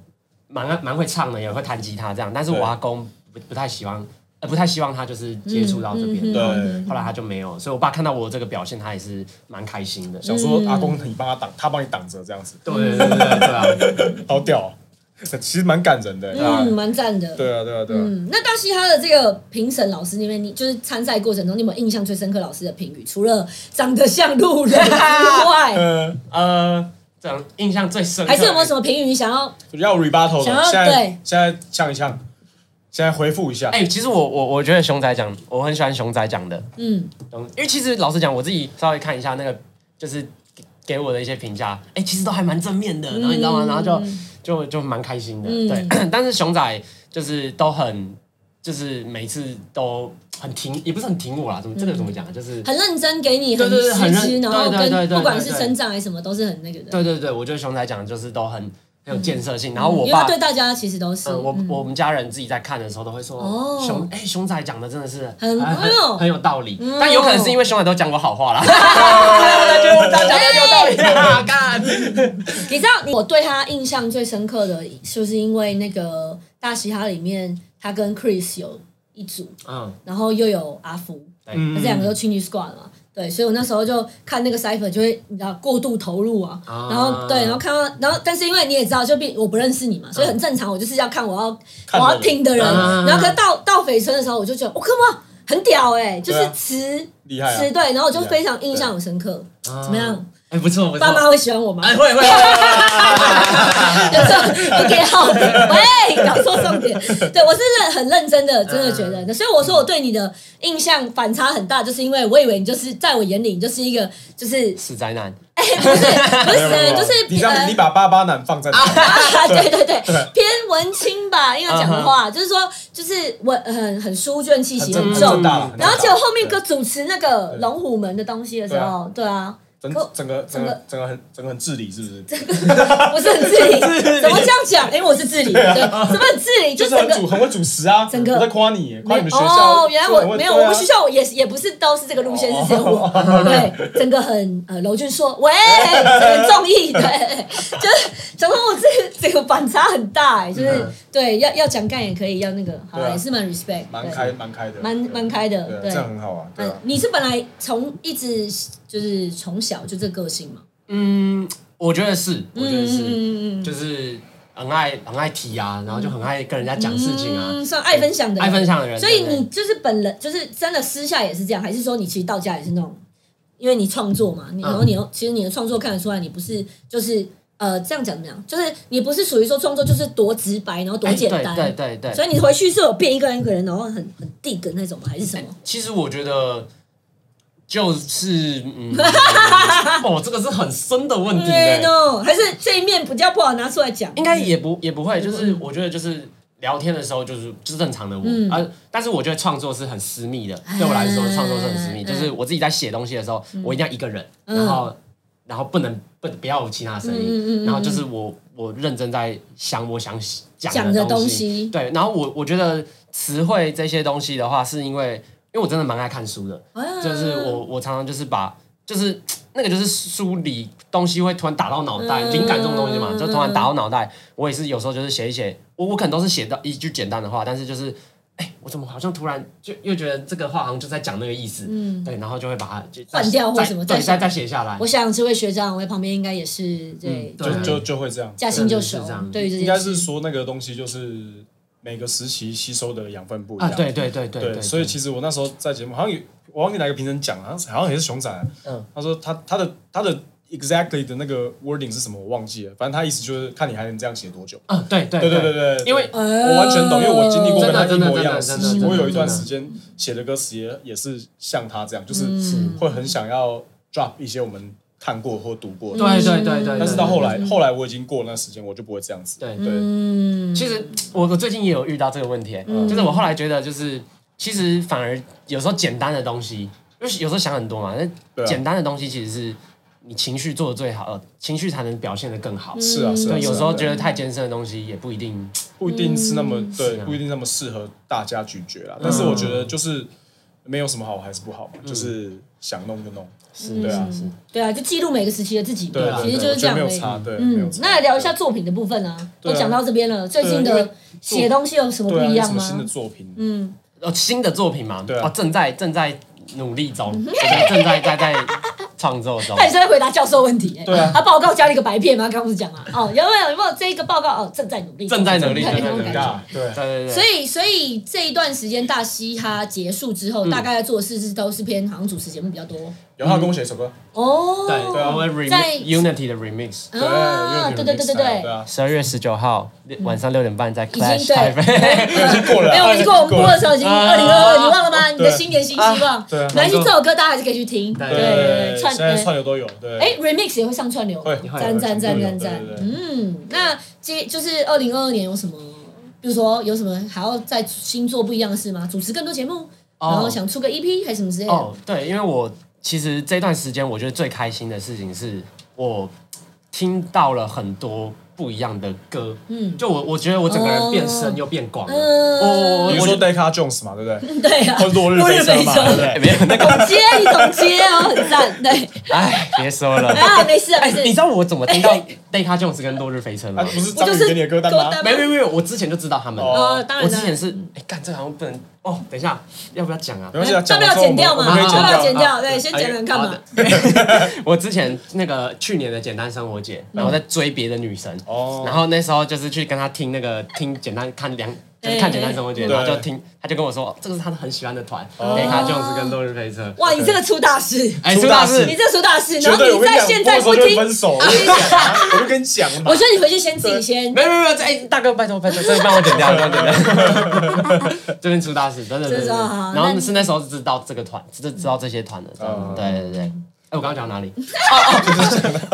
Speaker 3: 蛮蛮会唱的，也会弹吉他这样，但是
Speaker 1: 对
Speaker 3: 我阿公不不太喜欢，呃，不太希望他就是接触到这边，
Speaker 2: 嗯嗯嗯
Speaker 1: 对，
Speaker 3: 后来他就没有，所以我爸看到我这个表现，他也是蛮开心的。
Speaker 2: 嗯
Speaker 1: 想说阿公你帮他挡，他帮你挡着这样子，
Speaker 3: 对对对对对啊！
Speaker 1: 好屌哦，其实蛮感人的，对啊
Speaker 2: 嗯，蛮赞的。
Speaker 1: 对啊对啊对啊，
Speaker 2: 嗯，那大嘻哈的这个评审老师那边，你就是参赛过程中，你有没有印象最深刻老师的评语？除了长得像路人之
Speaker 1: *laughs*
Speaker 2: 外，
Speaker 1: 嗯，
Speaker 3: 呃，这样印象最深刻，
Speaker 2: 还是有没有什么评语你想要？
Speaker 1: 要 rebuttal
Speaker 2: 想
Speaker 1: 的，
Speaker 2: 要
Speaker 1: 现
Speaker 2: 对
Speaker 1: 在现在呛一呛，现在回复一下，
Speaker 3: 哎、其实我我我觉得熊仔讲，我很喜欢熊仔讲的，
Speaker 2: 嗯，
Speaker 3: 东西因为其实老实讲，我自己稍微看一下那个，就是给给我的一些评价，哎、其实都还蛮正面的。然后你知 *clears throat* 道吗？然后就就就蛮开心的，
Speaker 2: 嗯
Speaker 3: 对。但是熊仔就是都很就是每次都很挺，也不是很挺我啦，怎么这个怎么讲啊？就是
Speaker 2: 很认真给你
Speaker 3: 对对对
Speaker 2: 实
Speaker 3: 很
Speaker 2: 施，
Speaker 3: 认
Speaker 2: 然后
Speaker 3: 对对对
Speaker 2: 跟
Speaker 3: 对对
Speaker 2: 不管是
Speaker 3: 对
Speaker 2: 成长还是什么，都是很那个的。
Speaker 3: 对对对，我觉得熊仔讲的就是都很很有建设性。然后
Speaker 2: 嗯因
Speaker 3: 我
Speaker 2: 为
Speaker 3: 爸
Speaker 2: 他，对大家其实都是，
Speaker 3: 呃，我
Speaker 2: 嗯
Speaker 3: 我们家人自己在看的时候都会说
Speaker 2: 哦，
Speaker 3: 熊哎熊仔讲的真的是
Speaker 2: 很哎呦
Speaker 3: 很很有道理
Speaker 2: 嗯，
Speaker 3: 但有可能是因为熊仔都讲我好
Speaker 2: *laughs*
Speaker 3: 话啦，他觉得我讲的有道 *laughs* 理啦，干。
Speaker 2: 嗯你知道我对他印象最深刻的，就是因为那个大嘻哈里面，他跟 Chris 有一组，
Speaker 3: 嗯，
Speaker 2: 然后又有阿福，
Speaker 1: 嗯
Speaker 2: 他这两个都去 i squad 嘛。对，所以我那时候就看那个 Cipher，就会你知道过度投入啊，
Speaker 3: 啊
Speaker 2: 然后对，然后看到，然后但是因为你也知道，就变我不认识你嘛，所以很正常，我就是要看我要
Speaker 1: 啊看的
Speaker 2: 我
Speaker 1: 人
Speaker 2: 要听的人，
Speaker 3: 啊
Speaker 2: 然后可是到到翡翠的时候，我就觉得我靠嘛，很屌哎、就是
Speaker 1: 对啊
Speaker 2: 词
Speaker 1: 厉害啊啊
Speaker 2: 词对，然后我就
Speaker 1: 厉害
Speaker 2: 非常印象很深刻，怎么样？？
Speaker 3: 哎，不错不错，
Speaker 2: 爸妈会喜欢我吗？
Speaker 3: 哎会会会，
Speaker 2: *laughs* 有时候不给好评，喂，搞错重点。对我是认很认真的，真的觉
Speaker 1: 嗯
Speaker 2: 得，所以我说我对你的印象反差很大，就是因为我以为你就是在我眼里你就是一个就是 *laughs*
Speaker 1: *laughs*
Speaker 3: 死宅男，
Speaker 2: 不
Speaker 1: 没有没有没
Speaker 2: 是
Speaker 1: 有
Speaker 2: 就是
Speaker 1: 你
Speaker 2: 偏
Speaker 1: 让你把巴巴男放在哪？
Speaker 2: 啊，对对对，偏文青吧，因为讲的话就是说就是文很很书卷气息很
Speaker 1: 嗯很
Speaker 2: 重
Speaker 1: 正，大了，
Speaker 2: 然后结
Speaker 1: 就
Speaker 2: 果后面哥主持那个龙虎门的东西的时候，对啊。
Speaker 1: 整
Speaker 2: 可
Speaker 1: 整个
Speaker 2: 整
Speaker 1: 整个
Speaker 2: 个
Speaker 1: 整个很整个很治理是不是？
Speaker 2: 不是很自
Speaker 1: *laughs*
Speaker 2: 理，怎么这样讲？因为我是自理，对，怎么很自理？
Speaker 1: 就是
Speaker 2: 整
Speaker 1: 很
Speaker 2: 个
Speaker 1: 主很会主持啊，
Speaker 2: 整个
Speaker 1: 我在夸你耶，夸你们学校
Speaker 2: 哦，原来
Speaker 1: 做得很
Speaker 2: 我
Speaker 1: 会
Speaker 2: 没有，
Speaker 1: 对
Speaker 2: 我
Speaker 1: 啊哦
Speaker 2: 们学校也也不是都是这个路线，是只有我。对，整个很呃，娄俊硕，
Speaker 1: *laughs*
Speaker 2: 喂，很中意，对，就是整个我这这个反差很大，哎，就是
Speaker 3: 嗯
Speaker 2: 对，要要讲干也可以，要那个好
Speaker 1: 对
Speaker 2: 啦，
Speaker 1: 啊
Speaker 2: 也是蛮 respect，
Speaker 1: 蛮
Speaker 2: 对
Speaker 1: 开蛮开的，
Speaker 2: 蛮蛮开的
Speaker 1: 对啊，
Speaker 2: 对
Speaker 1: 这样很好啊，对
Speaker 2: 嗯
Speaker 1: 啊，，
Speaker 2: 你是本来从一直就是从小就这个个性嘛？
Speaker 3: 嗯，我觉得是，我
Speaker 2: 嗯
Speaker 3: 觉得是，
Speaker 2: 嗯嗯嗯
Speaker 3: 就
Speaker 2: 嗯，
Speaker 3: 是很爱很爱提啊，然后就很爱跟人家讲事情啊，
Speaker 2: 嗯，算爱分享的，
Speaker 3: 爱分享的人，
Speaker 2: 所以
Speaker 3: 对
Speaker 2: 你就是本人，就是真的私下也是这样，还是说你其实到家也是那种，因为你创作嘛，你
Speaker 3: 嗯
Speaker 2: 然后你又、其实你的创作看得出来，你不是就是呃这样讲怎么样？就是你不是属于说创作就是多直白，然后多
Speaker 3: 哎
Speaker 2: 简单，
Speaker 3: 对对对对。
Speaker 2: 所以你回去是有变一个人一个人，然后很很 dig 的那种吗？还是什么？
Speaker 3: 其实我觉得就
Speaker 2: *laughs*
Speaker 3: 是，嗯，哦，这个是很深的问题
Speaker 2: 对
Speaker 3: 呢，
Speaker 2: no，还是这一面比较不好拿出来讲，嗯
Speaker 3: 应该也不也不会，就是我觉得就是。聊天的时候就是就是正常的我，
Speaker 2: 嗯
Speaker 3: 而但是我觉得创作是很私密的，
Speaker 2: 哎
Speaker 3: 对我来说创作是很私密，
Speaker 2: 嗯
Speaker 3: 就是我自己在写东西的时候，我一定要一个人，然后然后不能不不要有其他声
Speaker 2: 嗯嗯嗯嗯
Speaker 3: 音，然后就是我我认真在想我想
Speaker 2: 讲
Speaker 3: 讲
Speaker 2: 的
Speaker 3: 的
Speaker 2: 东西
Speaker 3: 东西，对，然后我我觉得词汇这些东西的话，是因为因为我真的蛮爱看书的，
Speaker 2: 啊
Speaker 3: 就是我我常常就是把就是那个就是梳理东西会突然打到脑袋，
Speaker 2: 嗯
Speaker 3: 灵感这种东西嘛，
Speaker 2: 嗯
Speaker 3: 就突然打到脑袋。我也是有时候就是写一写，我我可能都是写到一句简单的话，但是就是哎、我怎么好像突然就又觉得这个话好像就在讲那个意思，
Speaker 2: 嗯。
Speaker 3: 对，然后就会把它就
Speaker 2: 换掉或
Speaker 3: 再
Speaker 2: 什么
Speaker 3: 对，
Speaker 2: 再想
Speaker 3: 再再写下来
Speaker 2: 我。想这位学长，我在旁边应该也是对
Speaker 3: 嗯，
Speaker 1: 就
Speaker 3: 对
Speaker 1: 就就会这样，
Speaker 2: 驾轻就熟
Speaker 3: 是这样，
Speaker 2: 对于这
Speaker 1: 应
Speaker 2: 件
Speaker 1: 该
Speaker 2: 事
Speaker 1: 是说那个东西就是每个时期吸收的养分不一
Speaker 3: 啊，
Speaker 1: 样，
Speaker 3: 对对对对
Speaker 1: 对，所以其实我那时候在节目好像有，我忘记哪个评审讲，好像是好像也是熊仔、啊
Speaker 3: 嗯
Speaker 1: 他说他他的他的 exactly 的那个 wording 是什么我忘记了，反正他意思就是看你还能这样写多久。
Speaker 3: 啊，对对
Speaker 1: 对对对对，对
Speaker 3: 因为
Speaker 1: 哦我完全懂，因为我经历过跟他一模一样的事
Speaker 3: 真的真的真的真
Speaker 1: 情。
Speaker 3: 的
Speaker 1: 我有一段时间写的歌词也也是像他这样，就是
Speaker 2: 嗯
Speaker 1: 会很想要 drop 一些我们看过或读过
Speaker 3: 对
Speaker 1: 的，
Speaker 3: 对对对对，
Speaker 1: 但是到后来
Speaker 2: 嗯
Speaker 1: 后来我已经过了那时间，我就不会这样子。
Speaker 3: 对
Speaker 1: 对
Speaker 2: 嗯，
Speaker 3: 其实我我最近也有遇到这个问题、欸
Speaker 2: 嗯
Speaker 3: 就是我后来觉得，就是其实反而有时候简单的东西，就是有时候想很多嘛，
Speaker 1: 对
Speaker 3: 那
Speaker 1: 啊
Speaker 3: 简单的东西其实是你情绪做的最好，呃情绪才能表现的更好。
Speaker 1: 是啊是啊，是
Speaker 3: 对，
Speaker 1: 啊
Speaker 3: 有时候
Speaker 1: 对啊
Speaker 3: 觉得太艰深的东西也不一定。
Speaker 1: 不一定是那么、对
Speaker 3: 是，啊嗯
Speaker 1: 不一定那么适合大家咀嚼啦。但是我觉得就是没有什么好还是不好嘛，就是想弄就弄，
Speaker 3: 是
Speaker 1: 对啊，
Speaker 2: 嗯对啊，就记录每个时期的自己嘛，
Speaker 1: 对啊，
Speaker 2: 其实
Speaker 1: 对
Speaker 2: 就是
Speaker 1: 我
Speaker 2: 这
Speaker 1: 觉
Speaker 2: 样
Speaker 1: 得没有
Speaker 2: 而已。
Speaker 1: 差，对，没有
Speaker 2: 嗯，
Speaker 1: 差
Speaker 2: 那来聊一下作品的部分啊，
Speaker 1: 对
Speaker 2: 都
Speaker 1: 啊
Speaker 2: 讲到这边了，最近
Speaker 1: 对啊因为
Speaker 2: 的写东西有什么不
Speaker 1: 对啊，
Speaker 2: 一
Speaker 1: 有什
Speaker 2: 样
Speaker 1: 么
Speaker 2: 吗？
Speaker 1: 新的作品？
Speaker 2: 嗯，
Speaker 3: 哦，新的作品嘛，
Speaker 1: 对啊
Speaker 3: 哦，正在正在努力中，正在正在在创作中
Speaker 2: 那。你是 *laughs* 在回答教授问题、欸？
Speaker 1: 对啊
Speaker 2: 他报告加了一个白片吗？刚刚不是讲啊？哦，有没有有没有这一个报告？哦，正在努力，
Speaker 3: 正在努
Speaker 2: 对
Speaker 3: 力正
Speaker 2: 那
Speaker 3: 在
Speaker 2: 种
Speaker 3: 努力
Speaker 2: 感觉。
Speaker 1: 尬，啊对
Speaker 3: 对，对对，
Speaker 2: 所以，所以这一段时间大嘻哈结束之
Speaker 1: 嗯
Speaker 2: 后，大概在做的事是都是偏好像主持节目比较多
Speaker 1: 有他跟我写一首歌，
Speaker 2: 哦。
Speaker 3: 对对啊，我会
Speaker 2: 在
Speaker 3: remix Unity 的 remix，
Speaker 1: 对，
Speaker 2: 啊，
Speaker 1: 因为
Speaker 2: 对
Speaker 1: 有
Speaker 2: 对
Speaker 1: remix
Speaker 2: 对对
Speaker 1: 啊
Speaker 2: 对
Speaker 1: 对，啊，
Speaker 3: 十二月十九号晚上六点半在
Speaker 2: 已经
Speaker 3: Clash
Speaker 2: 对
Speaker 3: 台北。
Speaker 1: 已经过了，
Speaker 2: *laughs* 没有，我们过我们播的时候已经二
Speaker 3: 啊
Speaker 2: 零二二，你忘了吗？你的
Speaker 1: 对
Speaker 2: 新年新希望，
Speaker 1: 对啊
Speaker 2: 没关系，这首歌大家还是可以去听。对
Speaker 3: 对
Speaker 1: 对
Speaker 2: 对对，
Speaker 1: 现
Speaker 2: 串
Speaker 1: 在
Speaker 2: 哎
Speaker 1: 串流都有，对，
Speaker 2: 哎，remix 也会上串流
Speaker 1: 会，
Speaker 2: 赞赞赞赞
Speaker 1: 对
Speaker 2: 赞
Speaker 1: 对。对
Speaker 2: 嗯，那接就是二零二二年有什么比如说有什么还要在新做不一样的事吗？主持更多节目，
Speaker 3: 哦
Speaker 2: 然后想出个 EP 还是什么之类的。
Speaker 3: 哦，对，因为我其实这段时间，我觉得最开心的事情是我听到了很多不一样的歌，
Speaker 2: 嗯，
Speaker 3: 就我我觉得我整个人变
Speaker 2: 哦
Speaker 3: 深又变广了。
Speaker 2: 嗯
Speaker 3: 我
Speaker 1: 比
Speaker 3: 我
Speaker 1: 如
Speaker 3: 我
Speaker 1: 说
Speaker 3: 就
Speaker 1: Deca Jones 嘛，对不对？
Speaker 2: *laughs* *laughs* 对啊，
Speaker 1: 或者落日
Speaker 2: 落
Speaker 1: 飞车嘛，对不
Speaker 2: 车，
Speaker 1: 对？
Speaker 3: *laughs* 没有
Speaker 1: *laughs*
Speaker 3: 那个，
Speaker 2: 总结你总结哦，很赞，对，
Speaker 3: 哎，别说了。
Speaker 2: 啊，没事没
Speaker 3: *laughs* 哎，你
Speaker 2: 事
Speaker 3: 知，道我怎么听到 Deca Jones 跟落日飞车的
Speaker 1: 啊，
Speaker 3: 吗？
Speaker 1: 不是
Speaker 2: 我
Speaker 1: 张
Speaker 2: 就
Speaker 1: 宇
Speaker 2: 是
Speaker 1: 给你的歌单
Speaker 2: 歌？
Speaker 1: 吗
Speaker 2: 单
Speaker 3: 没有没有没有，我之前就知道他们了。
Speaker 1: 哦
Speaker 2: 呃，当然
Speaker 3: 我之前
Speaker 2: 当然
Speaker 3: 是，哎，干这个好像不能哦。等一下，要不要讲啊
Speaker 1: 没？关系啊，
Speaker 2: 哎要
Speaker 1: 讲
Speaker 2: 不
Speaker 1: 了
Speaker 2: 要
Speaker 1: 之后我
Speaker 2: 剪
Speaker 1: 们
Speaker 2: 掉
Speaker 1: 我
Speaker 2: 嘛？
Speaker 1: 们可以
Speaker 2: 要不
Speaker 1: 剪
Speaker 2: 要
Speaker 1: 掉。
Speaker 2: 剪掉？对，
Speaker 3: 哎
Speaker 2: 先剪了干
Speaker 3: 好
Speaker 2: 嘛
Speaker 3: 的？我之前那个去年的简单生活节，然后在追别的女生，
Speaker 1: 哦
Speaker 3: 然后那时候就是去跟她听那个听简单看两，就是看简单生活节，
Speaker 1: 对
Speaker 3: 然后就听，她就跟我说这个是她很喜欢的团哎
Speaker 1: 哦
Speaker 3: ，Deca Jones 跟落日飞车。
Speaker 2: 哇，你这个出大事，
Speaker 3: 哎，
Speaker 1: 出
Speaker 3: 苏
Speaker 1: 大
Speaker 3: 大
Speaker 1: 事
Speaker 3: 师
Speaker 2: 你，这出大事，然
Speaker 1: 绝
Speaker 2: 后
Speaker 1: 对，我
Speaker 2: 你
Speaker 1: 跟你
Speaker 2: 在现
Speaker 1: 讲，我
Speaker 2: 在
Speaker 1: 有时候
Speaker 2: 不
Speaker 1: 就
Speaker 2: 听，*laughs*
Speaker 1: 分手，我跟你讲啊，我就跟你讲嘛
Speaker 2: 我。觉得你回去先自己先
Speaker 3: 没，有没有没有，这哎，大哥，拜托拜托，这边帮我剪掉，帮我剪掉。这边出大事，真的真
Speaker 2: 这
Speaker 3: 的。
Speaker 2: 是
Speaker 3: 真的
Speaker 2: 好
Speaker 3: 然
Speaker 2: 那
Speaker 3: 后是那时候知道这个团，知知道这些团的，这
Speaker 1: 哦
Speaker 3: 样对对对。哎，我刚刚讲到哪里？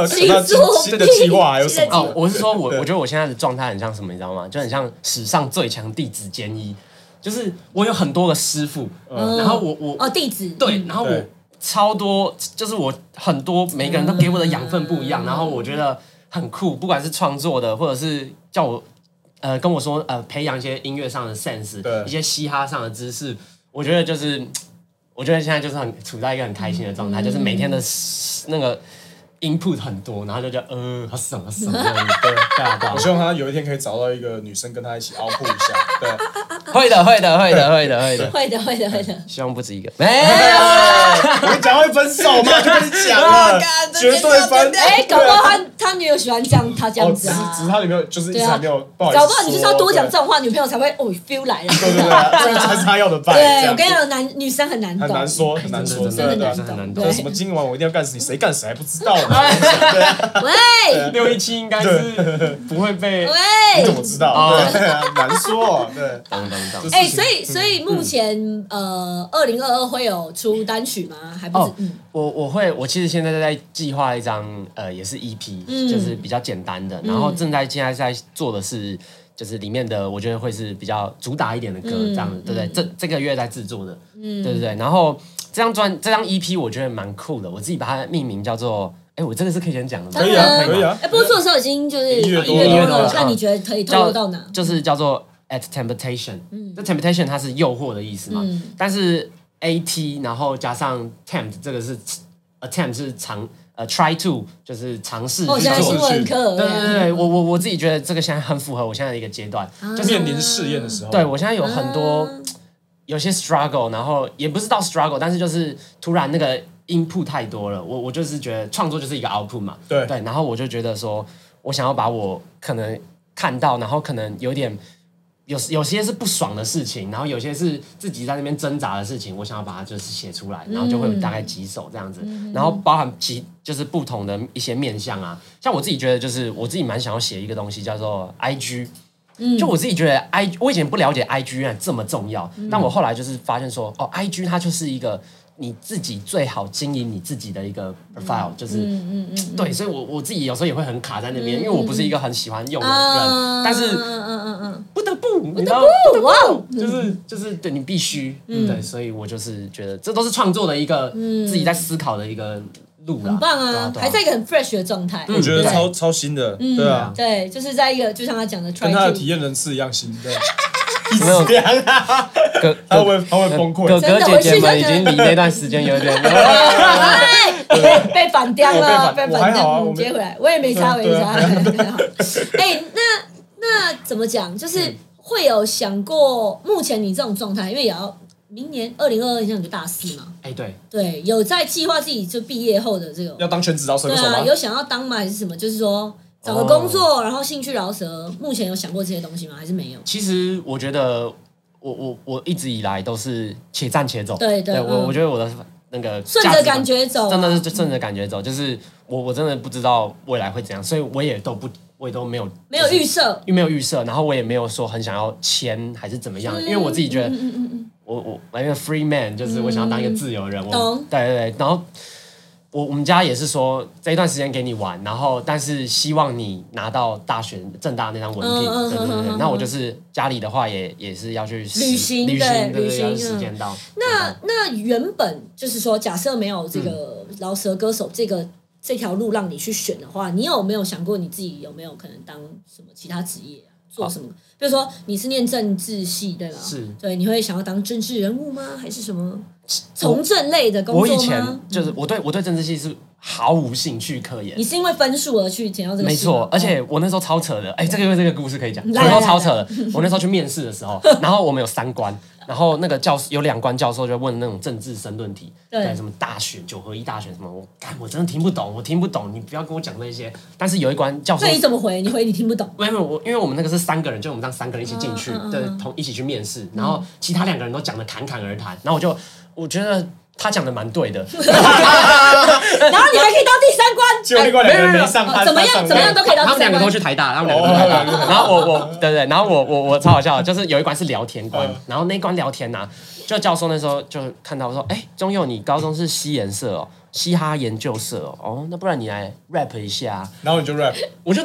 Speaker 2: 请
Speaker 1: 那
Speaker 2: 做
Speaker 1: 新的计划还有什
Speaker 2: 新的计划
Speaker 1: 么？
Speaker 3: 哦，我是说我，我觉得我现在的状态很像什么，你知道吗？就很像史上最强弟子兼一，就是我有很多个师傅，
Speaker 2: 嗯
Speaker 3: 然后我我、
Speaker 2: 哦地址，
Speaker 3: 对，然后我
Speaker 1: 对
Speaker 3: 超多，就是我很多每个人都给我的养分不一样，
Speaker 2: 嗯
Speaker 3: 然后我觉得很酷，不管是创作的，或者是叫我呃跟我说呃培养一些音乐上的 sense，
Speaker 1: 对
Speaker 3: 一些嘻哈上的知识，我觉得就是我觉得现在就是很处在一个很开心的状态，就是每天的那个 input 很多，然后就觉得呃好爽好爽，这样子对对啊对啊
Speaker 1: 我希望他有一天可以找到一个女生跟他一起凹酷一下，
Speaker 2: *laughs*
Speaker 1: 对，
Speaker 3: 会的会的会的会的会的，
Speaker 2: 会的会的会的，
Speaker 3: 希望不止一个，没有。
Speaker 1: 我跟你讲会分手
Speaker 2: *laughs*
Speaker 1: 嘛，就跟你讲
Speaker 3: 啊
Speaker 1: 了
Speaker 3: 干，这
Speaker 1: 绝对分。
Speaker 2: 哎，搞不好他他女友喜欢这样，他这
Speaker 1: 哦，
Speaker 2: 样
Speaker 1: 只
Speaker 2: 子
Speaker 1: 是
Speaker 2: 啊
Speaker 1: 只是，他女朋友就是一直
Speaker 2: 对啊
Speaker 1: 还没有，不好意思
Speaker 2: 搞
Speaker 1: 说，
Speaker 2: 不好你就是要多讲这
Speaker 1: 对
Speaker 2: 种话，女朋友才会哦 feel 来了，
Speaker 1: 对对对
Speaker 2: *laughs*
Speaker 1: 啊，这个才是他要的伴。这
Speaker 2: 对，
Speaker 1: 样
Speaker 2: 我跟你讲，男女生很难懂，
Speaker 1: 很难说，很难说，
Speaker 3: 真
Speaker 2: 真的
Speaker 1: 对对
Speaker 3: 的
Speaker 1: 对
Speaker 2: 很
Speaker 1: 啊。
Speaker 3: 真的
Speaker 2: 难
Speaker 3: 很难
Speaker 2: 懂
Speaker 3: 懂
Speaker 1: 说
Speaker 2: 对。
Speaker 1: 什么今晚我一定要干死你，谁干谁还不知道呢？
Speaker 2: 哎
Speaker 1: 啊
Speaker 2: 喂
Speaker 3: 六一七应该是不会被
Speaker 1: 你怎么
Speaker 2: 喂，
Speaker 1: 知道？
Speaker 3: 哦
Speaker 1: 对啊，难说，对。
Speaker 3: 当当当
Speaker 1: 这事情
Speaker 2: 哎，所以所
Speaker 1: 嗯
Speaker 2: 以目前呃，二零二二会有出单曲吗？还不
Speaker 3: 哦
Speaker 2: 止，嗯，
Speaker 3: 我我会，我其实现在在计划一张，呃，也是 EP，、
Speaker 2: 嗯
Speaker 3: 就是比较简单的，然后正在现在在做的是，就是里面的我觉得会是比较主打一点的歌，
Speaker 2: 嗯
Speaker 3: 这样子，对不对？
Speaker 2: 嗯
Speaker 3: 这这个月在制作的，对不对？然后这张专这张 EP 我觉得蛮酷的，我自己把它命名叫做，哎，我这个是可以先讲的吗？
Speaker 1: 可以啊
Speaker 2: 当然
Speaker 1: 可以啊
Speaker 2: 哎，播出的时候已经就是
Speaker 1: 音乐多了嗯
Speaker 2: 音
Speaker 1: 音乐
Speaker 3: 多了
Speaker 2: 那你觉得可以透哎露到哪？
Speaker 3: 就是叫做 at temptation，这 temptation 它是诱惑的意思嘛，
Speaker 2: 嗯
Speaker 3: 但是 at 然后加上 tempt 这个是 attempt 是尝呃 try to 就是尝试
Speaker 2: 哦，
Speaker 3: 去
Speaker 2: 现在嗯
Speaker 3: 做
Speaker 2: 新，闻课，
Speaker 3: 对对对对，我我我自己觉得这个现在很符合我现在的一个阶段，
Speaker 1: 就面临试验的时候，嗯
Speaker 3: 对我现在有很多
Speaker 2: 啊
Speaker 3: 有些 struggle，然后也不是到 struggle，但是就是突然那个 input 太多了，我我就是觉得创作就是一个 output 嘛，
Speaker 1: 对
Speaker 3: 对，然后我就觉得说，我想要把我可能看到，然后可能有点有有些是不爽的事情，然后有些是自己在那边挣扎的事情，我想要把它就是写出来，然后就会有大概几首这样子，
Speaker 1: 嗯
Speaker 3: 然后包含其就是不同的一些面向啊，像我自己觉得就是我自己蛮想要写一个东西叫做 IG，
Speaker 2: 嗯
Speaker 3: 就我自己觉得 I，我以前不了解 IG 原来这么重要，
Speaker 2: 嗯
Speaker 3: 但我后来就是发现说，哦，IG 它就是一个你自己最好经营你自己的一个 profile，、就是、
Speaker 2: 嗯嗯嗯，
Speaker 3: 对，所以我我自己有时候也会很卡在那边，因为我不是一个很喜欢用的人，
Speaker 2: 啊
Speaker 3: 但是
Speaker 2: 嗯嗯嗯
Speaker 3: 不得不，你知道，
Speaker 2: 嗯，不哇嗯哦，
Speaker 3: 就是就是对你必须，对，所以我就是觉得这都是创作的一个、
Speaker 2: 嗯
Speaker 3: 自己在思考的一个路啦，
Speaker 2: 很棒
Speaker 3: 对
Speaker 2: 啊，
Speaker 3: 对
Speaker 2: 还在一个很 fresh 的状态，
Speaker 1: 我觉得
Speaker 2: 对
Speaker 1: 超超新的，
Speaker 2: 嗯
Speaker 1: 对啊，
Speaker 2: 对，就是在一个就像他讲的 try
Speaker 1: 跟他的
Speaker 2: to，
Speaker 1: 体验人次一样新，对，
Speaker 3: 有没有
Speaker 1: 这样啊，
Speaker 3: 哥
Speaker 1: *laughs* 他
Speaker 3: 哥
Speaker 1: 会他会崩溃，
Speaker 3: 哥
Speaker 2: 真
Speaker 3: 哥
Speaker 2: 的
Speaker 3: 姐
Speaker 2: 我
Speaker 3: 姐
Speaker 2: 是
Speaker 3: 们已
Speaker 2: 真的
Speaker 3: 经离那段时间有点。
Speaker 2: *laughs*
Speaker 1: *laughs*
Speaker 2: 哎被被反掉了，
Speaker 1: 我
Speaker 2: 被反
Speaker 1: 被反我还好啊
Speaker 2: 掉，嗯
Speaker 1: 我没
Speaker 2: 接回来，我也没差，我也
Speaker 1: 对
Speaker 2: 没
Speaker 1: 啊
Speaker 2: 差。 *laughs* 哎，那那怎么讲？
Speaker 1: 嗯
Speaker 2: 就是会有想过目前你这种状态，因为也要明年二零二二，你像你就大四嘛，
Speaker 3: 哎，对，
Speaker 2: 对，有在计划自己就毕业后的这种
Speaker 1: 要当全职饶舌
Speaker 2: 对
Speaker 1: 歌手
Speaker 2: 啊，
Speaker 1: 吗？
Speaker 2: 有想要当吗？还是什么？就是说找个工作，
Speaker 3: 哦
Speaker 2: 然后兴趣饶舌。目前有想过这些东西吗？还是没有？
Speaker 3: 其实我觉得我我我一直以来都是且战且走，
Speaker 2: 对对
Speaker 3: 我
Speaker 2: 嗯
Speaker 3: 我觉得我的那个
Speaker 2: 顺
Speaker 3: 价
Speaker 2: 着
Speaker 3: 值观
Speaker 2: 感觉走啊，
Speaker 3: 真的是就顺着感觉走，就是我我真的不知道未来会怎样，所以我也都不我也都没有
Speaker 2: 没有预设，
Speaker 3: 预没有预设，然后我也没有说很想要签还是怎么样，因为我自己觉得
Speaker 2: 嗯嗯嗯嗯嗯
Speaker 6: 嗯
Speaker 3: 我我我一个 free man，就是我想要当一个自由人，我
Speaker 2: 懂
Speaker 3: 对对对，然后我我们家也是说这一段时间给你玩，然后但是希望你拿到大学正大那张文凭，
Speaker 6: 嗯嗯
Speaker 3: 对对对
Speaker 6: 嗯嗯
Speaker 3: 对。那我就是家里的话也也是要去实
Speaker 6: 旅行
Speaker 3: 旅
Speaker 6: 对
Speaker 3: 行，对
Speaker 6: 旅
Speaker 3: 对，
Speaker 6: 行嗯
Speaker 3: 要时间到。
Speaker 2: 那那原本就是说，假设没有这个
Speaker 3: 嗯
Speaker 2: 饶舌歌手这个这条路让你去选的话，你有没有想过你自己有没有可能当什么其他职业、啊，做什么？比如说你是念政治系对吧？
Speaker 3: 是
Speaker 2: 对，你会想要当政治人物吗？还是什么从政类的工
Speaker 3: 我
Speaker 2: 作吗？
Speaker 3: 以前就是我对我对政治系是毫无兴趣可言
Speaker 2: 你，是因为分数而去捡到这个
Speaker 3: 没
Speaker 2: 系吗，嗯哦
Speaker 3: 错，而且我那时候超扯的，哎、这个这个故事可以讲，我
Speaker 2: 来
Speaker 3: 那时候
Speaker 2: 来 *laughs*
Speaker 3: 超扯的。我那时候去面试的时候，然后我们有三关，然后那个教授有两关教授就问那种政治申论题，
Speaker 2: 对
Speaker 3: 什么大选九合一大选什么，我干我真的听不懂，我听不懂，你不要跟我讲这些。但是有一关教授
Speaker 2: 那，你怎么回？你回你听不
Speaker 1: *laughs*
Speaker 2: 懂。
Speaker 3: 没有没有我，因为我们那个是三个人，就我们这样三个人一起进去，
Speaker 2: 嗯嗯
Speaker 3: 对
Speaker 2: 嗯，
Speaker 3: 同一起去面试，然后其他两个人都讲的侃侃而谈，然后我就我觉得他讲的蛮对的，
Speaker 2: 然后你还可以到第三关，
Speaker 1: 结果另外两个人没上，
Speaker 2: 哦怎么样怎么样都可以到第
Speaker 3: 他们
Speaker 2: 三
Speaker 3: 两个
Speaker 2: 关
Speaker 3: 都。去台哦大，他们两个都去台大。然后我我对对，然后我我我超好笑的，就是有一关是聊天关
Speaker 1: 嗯，
Speaker 3: 然后那一关聊天呐、就教授那时候就看到说，哎，钟佑你高中是西研社哦，嘻哈研究社哦，哦，那不然你来 rap 一下啊、
Speaker 1: 然后你
Speaker 2: *laughs*
Speaker 1: 就 rap，
Speaker 3: 我就。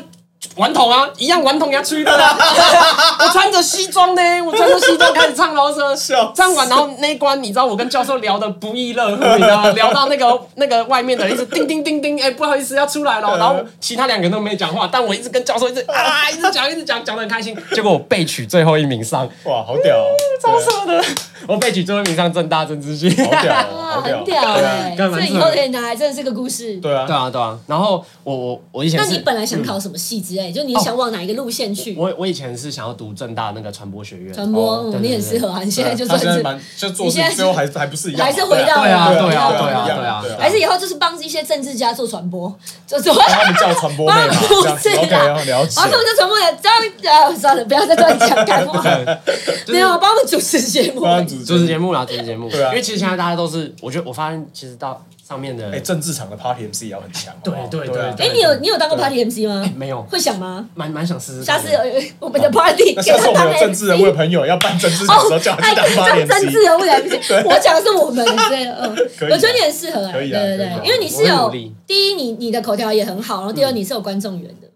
Speaker 3: 顽童啊，一样顽童给他吹的啦！ *laughs* 我穿着西装呢，我穿着西装开始唱饶舌，
Speaker 1: 笑死
Speaker 3: 唱完然后那一关，你知道我跟教授聊的不亦乐乎，你知道吗？聊到那个那个外面的人一直叮叮叮叮，哎、不好意思要出来了，然后其他两个人都没讲话，但我一直跟教授一直啊一直讲一直讲，讲的很开心，结果我被取最后一名上，
Speaker 1: 哇，好屌哦，
Speaker 3: 超爽的，我被取最后一名上正大政治系，
Speaker 1: 对啊好屌哦，
Speaker 2: 啊，
Speaker 1: 好屌
Speaker 2: 很
Speaker 1: 哦，
Speaker 2: 屌
Speaker 1: 对
Speaker 2: 哎、
Speaker 1: 啊
Speaker 3: 干嘛
Speaker 2: 这以后可以拿来，真的是个故事。
Speaker 1: 对啊
Speaker 3: *laughs* 对，啊对啊，然后我我我以前
Speaker 2: 那
Speaker 3: 是
Speaker 2: 你本来想考什么系之类？就你想往哪一个路线去？
Speaker 3: 我我以前是想要读正大那个传播学院，
Speaker 2: 传播，
Speaker 1: 哦
Speaker 2: 嗯
Speaker 3: 对对
Speaker 2: 你很适合啊！你现在就
Speaker 1: 他
Speaker 2: 算
Speaker 1: 现在
Speaker 2: 是，
Speaker 1: 蛮就做
Speaker 2: 你现
Speaker 1: 事
Speaker 2: 在
Speaker 1: 最后还还不是一样嘛，
Speaker 2: 还是回到
Speaker 3: 对啊
Speaker 1: 对
Speaker 3: 对
Speaker 1: 对啊
Speaker 3: 啊对啊
Speaker 1: 对啊
Speaker 3: 对啊
Speaker 2: 还是以后就是帮一些政治家做传播，做做。 *laughs*
Speaker 1: 帮他们叫传播妹嘛，
Speaker 2: 不
Speaker 1: 这样子
Speaker 2: 是啦
Speaker 1: OK，要了解
Speaker 2: 然后他们就传播了，这样啊，算了，不要再乱讲干话。 *laughs* 没有，啊帮我们主持节目
Speaker 1: 不。然啊主
Speaker 3: 主持节
Speaker 1: 目，
Speaker 3: 目啦，主持节目。
Speaker 1: 对啊
Speaker 3: 因为其实现在大家都是，我觉得我发现其实到上面的，
Speaker 1: 哎，政治场的 party MC 也要很强，好不好
Speaker 3: 对对
Speaker 1: 对啊
Speaker 3: 对
Speaker 2: 哎，你有你有当过 party MC 吗？
Speaker 3: 哎没有，
Speaker 2: 会想吗？
Speaker 3: 蛮蛮想试试
Speaker 2: 下
Speaker 3: 看的。
Speaker 2: 次呃我们的 party
Speaker 1: 那
Speaker 2: 给
Speaker 1: 下次
Speaker 2: 他
Speaker 1: 我
Speaker 2: 当
Speaker 1: 们有政治人
Speaker 2: MC
Speaker 1: 物的朋友要办政治场的时候，
Speaker 2: 哦
Speaker 1: 叫，他
Speaker 2: 哎，
Speaker 1: 去当
Speaker 2: 这
Speaker 1: 八
Speaker 2: 样
Speaker 1: 年
Speaker 2: 政治
Speaker 1: 级。
Speaker 2: 人物来不及，我讲的是我们对，嗯，
Speaker 1: *laughs* 可以啊
Speaker 2: 我觉得你很适合哎，
Speaker 1: 可
Speaker 2: 对
Speaker 1: 以啊
Speaker 2: 对对
Speaker 1: 可以啊，嗯
Speaker 2: 因为你是
Speaker 3: 我会
Speaker 2: 有
Speaker 3: 努力
Speaker 2: 第一，你你的口条也很好，然后第二，你是有观众缘的，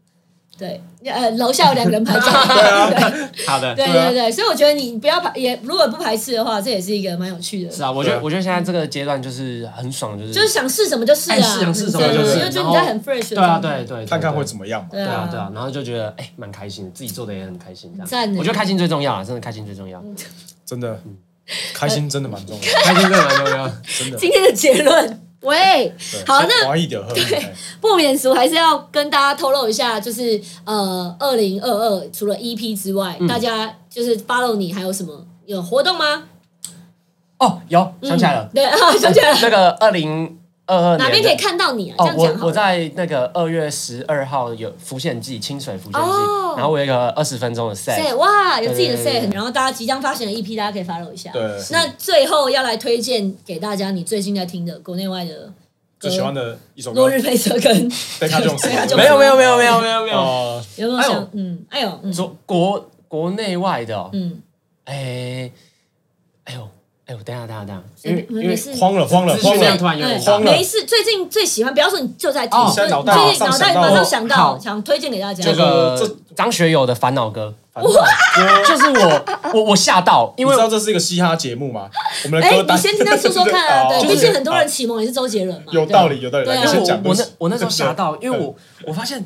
Speaker 2: 对，呃，楼下有两个人排队，
Speaker 1: *laughs*
Speaker 2: 对
Speaker 3: 好的，
Speaker 2: 对
Speaker 1: 啊对啊
Speaker 2: 对对，所以我觉得你不要排，也如果不排斥的话，这也是一个蛮有趣的
Speaker 3: 是，啊，我觉
Speaker 1: 对
Speaker 3: 得
Speaker 1: 啊
Speaker 3: 我觉得现在这个阶段就是很爽，就是
Speaker 2: 就是想试什么就试啊，
Speaker 3: 哎是想试什么
Speaker 2: 对
Speaker 1: 就
Speaker 2: 对
Speaker 1: 试
Speaker 2: 对因为觉得你在很 fresh，的
Speaker 3: 对啊，
Speaker 2: 状态
Speaker 3: 对对，对
Speaker 1: 看看会怎么样嘛？
Speaker 2: 对
Speaker 3: 对
Speaker 2: 啊
Speaker 3: 啊对啊，然后就觉得哎蛮开心的，自己做的也很开心，这
Speaker 2: 赞欸嗯
Speaker 3: 样。
Speaker 2: 耶
Speaker 3: 我觉得开心最重要啊，真的开心最重要，
Speaker 1: 真的，开心真的蛮重要，
Speaker 3: 开心真的蛮重要。
Speaker 1: 真的。
Speaker 2: 今天的结论，喂，
Speaker 1: 对
Speaker 2: 好，那
Speaker 1: 先滑一点哎喝。对
Speaker 2: 不免俗还是要跟大家透露一下，就是呃，二零二二除了 EP 之外，大
Speaker 3: 嗯
Speaker 2: 家就是 follow 你还有什么有活动吗？
Speaker 3: 哦，有想起来了
Speaker 2: 嗯，，
Speaker 3: *laughs*
Speaker 2: 对啊，想起来了，
Speaker 3: 那个二零二二年
Speaker 2: 哪边
Speaker 3: 的
Speaker 2: 可以看到你啊？这
Speaker 3: 哦，
Speaker 2: 样讲
Speaker 3: 我
Speaker 2: 好
Speaker 3: 我
Speaker 2: 了。
Speaker 3: 在那个二月十二号有浮现记清水浮现记，
Speaker 2: 哦
Speaker 3: 然后我有一个二十分钟的
Speaker 2: say
Speaker 3: set，
Speaker 2: 哇，有自己的
Speaker 3: 对对对
Speaker 2: say，
Speaker 3: 对
Speaker 2: 然后大家即将发行的 E EP，大家可以 follow 一下。
Speaker 1: 对
Speaker 2: 那最后要来推荐给大家，你最近在听的国内外的
Speaker 1: 最喜欢的一首
Speaker 2: 《
Speaker 1: 歌
Speaker 2: 落，日飞车》跟
Speaker 1: 贝卡琼斯
Speaker 2: 贝卡。琼斯
Speaker 3: 没有没有没有没有没有没有，
Speaker 1: 哦，
Speaker 2: 有没有
Speaker 3: 哎
Speaker 2: 想
Speaker 3: 呦
Speaker 2: 嗯，哎呦，嗯
Speaker 3: 说国国内外的、哦，
Speaker 2: 嗯，
Speaker 3: 哎、哎呦，哎呦，等一下等一下等一下，因
Speaker 2: 没
Speaker 3: 为因
Speaker 2: 嗯没
Speaker 3: 为
Speaker 2: 事。
Speaker 1: 慌了慌了
Speaker 3: 资讯
Speaker 1: 慌
Speaker 3: 量
Speaker 1: 了
Speaker 3: 突，然有点
Speaker 2: 哎
Speaker 3: 大
Speaker 1: 慌了
Speaker 2: 没事，最近最喜欢，不要说你就在听，
Speaker 3: 哦
Speaker 2: 就是
Speaker 1: 现在脑袋
Speaker 2: 最近
Speaker 1: 马
Speaker 2: 脑
Speaker 1: 上
Speaker 2: 袋
Speaker 1: 想到
Speaker 2: 马上
Speaker 1: 了
Speaker 2: 想到，
Speaker 3: 靠
Speaker 2: 想推荐给大家。
Speaker 3: 这
Speaker 1: 这
Speaker 3: 个张学友的《烦恼歌
Speaker 1: 反正我》，
Speaker 3: 就是我我我吓到，因
Speaker 1: 你
Speaker 3: 为
Speaker 1: 知道这是一个嘻哈节目吗？我们的
Speaker 2: 哎、
Speaker 1: 歌
Speaker 2: 你
Speaker 1: 单，
Speaker 2: 先听他说说看
Speaker 3: *laughs*
Speaker 2: 啊，
Speaker 1: 哦
Speaker 2: 对，
Speaker 3: 就
Speaker 2: 毕
Speaker 3: 是
Speaker 2: 竟很多人启蒙也是周杰伦嘛，
Speaker 1: 有
Speaker 2: 对
Speaker 1: 道理，有道理。
Speaker 2: 对啊
Speaker 1: 来你
Speaker 3: 因为
Speaker 1: 先
Speaker 3: 我
Speaker 1: 讲，嗯
Speaker 3: 我
Speaker 1: 对不
Speaker 3: 那
Speaker 1: 起
Speaker 3: 我
Speaker 1: *laughs*
Speaker 3: 那时候吓到，因为我我发现，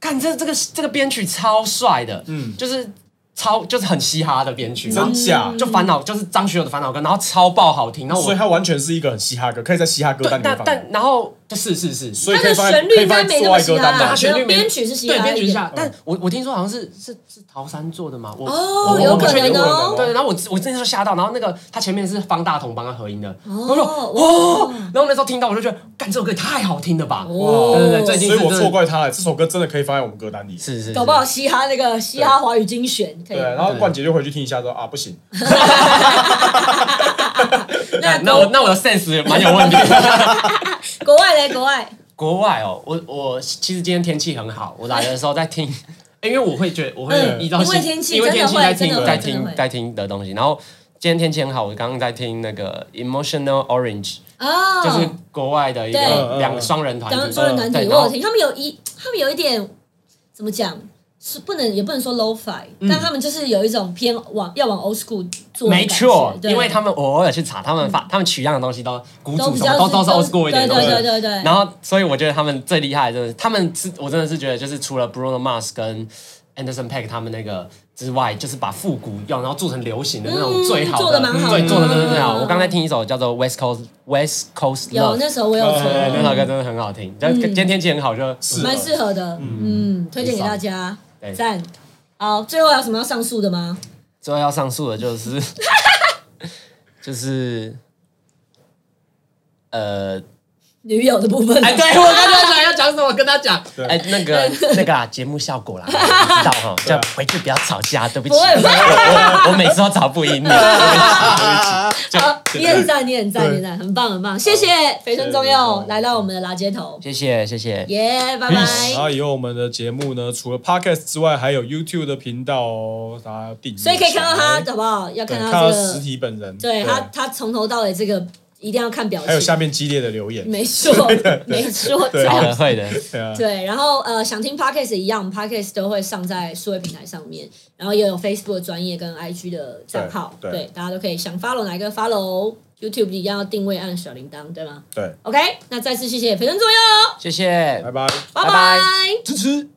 Speaker 3: 看这这个这个编曲超帅的，
Speaker 1: 嗯
Speaker 3: 就是超就是很嘻哈的编曲，然后
Speaker 1: 真假，
Speaker 3: 就烦恼就是张学友的《烦恼歌》，然后超爆好听，然后
Speaker 1: 所
Speaker 3: 我
Speaker 1: 以它完全是一个很嘻哈歌，可以在嘻哈歌单
Speaker 3: 对
Speaker 1: 里面
Speaker 3: 但
Speaker 1: 放。
Speaker 3: 但然后就是是是，
Speaker 1: 所以
Speaker 2: 他
Speaker 1: 可以
Speaker 2: 的
Speaker 1: 放
Speaker 2: 旋
Speaker 1: 在
Speaker 2: 律
Speaker 1: 可以
Speaker 2: 应该
Speaker 1: 放
Speaker 2: 没
Speaker 1: 在
Speaker 2: 那
Speaker 1: 做
Speaker 2: 么
Speaker 1: 爱
Speaker 2: 嘻
Speaker 1: 歌
Speaker 2: 哈
Speaker 1: 单
Speaker 2: 啦，
Speaker 3: 对啊
Speaker 1: 嘛。
Speaker 3: 旋律没
Speaker 2: 编曲是嘻哈
Speaker 3: 对
Speaker 2: 一点，
Speaker 3: 编曲一下，
Speaker 1: 嗯
Speaker 3: 但我我听说好像是是是陶山做的吗？我
Speaker 2: 哦
Speaker 3: 我
Speaker 2: 有
Speaker 3: 我不
Speaker 2: 可
Speaker 3: 确定
Speaker 2: 能哦
Speaker 3: 我对，然后我我真的就吓到，然后那个他前面是方大同帮他合音的，我说
Speaker 2: 哦
Speaker 3: 哦，然后那时候听到我就觉得，干这首歌也太好听了吧！
Speaker 2: 哦
Speaker 3: 对对对，最近
Speaker 1: 所
Speaker 3: 是
Speaker 1: 以我
Speaker 3: 真的
Speaker 1: 错怪他了，这首歌真的可以放在我们歌单里。
Speaker 3: 是是是，
Speaker 2: 搞不好嘻哈那个嘻哈华语精选可以
Speaker 1: 对，。然后冠杰就回去听一下说啊，不行，
Speaker 3: 那 *laughs* 那我那我的 sense 也蛮有问题的。
Speaker 2: 国外嘞，国外
Speaker 3: *laughs* 国外哦，我我其实今天天气很好，我来的时候在听， *laughs* 因为我会觉得我会
Speaker 2: 嗯
Speaker 3: 依照
Speaker 2: 因为天气
Speaker 3: 因为天气在
Speaker 2: 真的
Speaker 3: 听
Speaker 2: 会真的会真
Speaker 3: 在
Speaker 2: 的
Speaker 3: 听
Speaker 2: 会
Speaker 3: 在听的东西，然后今天天气很好，我刚刚在听那个 Emotional Orange，
Speaker 2: 啊，
Speaker 3: 就是国外的一个
Speaker 2: 对
Speaker 3: 两个双人团
Speaker 2: 当
Speaker 3: 体，
Speaker 2: 双人团体，
Speaker 3: 对
Speaker 2: 我
Speaker 3: 然
Speaker 2: 有
Speaker 3: 后
Speaker 2: 听，他们有一，他们有一点怎么讲，是不能也不能说 low fi，、但他们就是有一种偏往要往 old school 做的感觉，
Speaker 3: 嗯没错，
Speaker 2: 对嗯
Speaker 3: 因为他们我偶尔去查，他们发他们取样的东西都古
Speaker 2: 都
Speaker 3: 主
Speaker 2: 比
Speaker 3: 什么
Speaker 2: 较
Speaker 3: 都都是 old school 一点的
Speaker 2: 对对
Speaker 3: 东
Speaker 2: 对
Speaker 3: 西，
Speaker 2: 对对，
Speaker 3: 然后，所以我觉得他们最厉害，的真的是，他们是我真的是觉得，就是除了 Bruno Mars 跟 Anderson Paak 他们那个之外，就是把复古用，然后做成流行的那种
Speaker 2: 嗯
Speaker 3: 最好的，
Speaker 2: 做得蛮好的
Speaker 3: 对，做的真的最好。
Speaker 2: 嗯
Speaker 3: 我刚才听一首叫做 West Coast West Coast
Speaker 2: 有
Speaker 3: Love，
Speaker 2: 那嗯时候我有存，
Speaker 1: 哎
Speaker 3: 那首歌真的很好听，但今天天气很好，就
Speaker 1: 适合
Speaker 2: 蛮适合的，嗯，推荐给大家
Speaker 3: 对，
Speaker 2: 赞。好，最后还有什么要上诉的吗？
Speaker 3: 最后要上诉的就是 *laughs* 就是呃。
Speaker 2: 女友的部分，
Speaker 3: *laughs* 哎，对
Speaker 2: *laughs*
Speaker 3: 我刚才想要讲什么，我跟他讲。
Speaker 1: 对
Speaker 3: 哎，那 *laughs* 个那个啊，节目效果啦，你知道哈，这样回去不要吵架， *laughs* 对不起。
Speaker 2: 不会不会
Speaker 3: 我我我每次都吵不赢 *laughs*
Speaker 2: *laughs*
Speaker 3: 你。
Speaker 2: 好，你很赞，你很赞，你很赞，很棒，很棒，谢谢肥春中佑来到我们的拉街头，
Speaker 3: 谢谢谢 *laughs* 谢，
Speaker 2: 耶，拜拜
Speaker 1: *laughs* 然。后以后我们的节目呢，除了 podcast 之外，还有 YouTube 的频道哦，大家要订阅起
Speaker 2: 所
Speaker 1: 来。
Speaker 2: 以可以看到他，好不好？要
Speaker 1: 对，
Speaker 2: 看
Speaker 1: 看
Speaker 2: 到
Speaker 1: 到
Speaker 2: 这
Speaker 1: 实
Speaker 2: 个，
Speaker 1: 体本人，
Speaker 2: 对他，他从头到尾这个一定要看表情。
Speaker 1: 还有下面激烈的留言，
Speaker 2: 没错，没错，
Speaker 1: 对
Speaker 3: 好
Speaker 2: 对
Speaker 3: 的会的，
Speaker 1: 对啊，
Speaker 2: 对。然后呃，想听 podcast 也一样，podcast 都会上在数位平台上面，然后也有 Facebook 的专业跟 IG 的账号，
Speaker 1: 对对
Speaker 2: 对，大家都可以想 follow 哪一个 follow。YouTube 一定要定位按小铃铛，对吗
Speaker 1: 对，
Speaker 2: ？OK，那再次谢谢培生重要，
Speaker 3: 谢谢，
Speaker 1: 拜拜。
Speaker 2: 拜
Speaker 3: 拜
Speaker 2: 拜
Speaker 3: 拜。支持。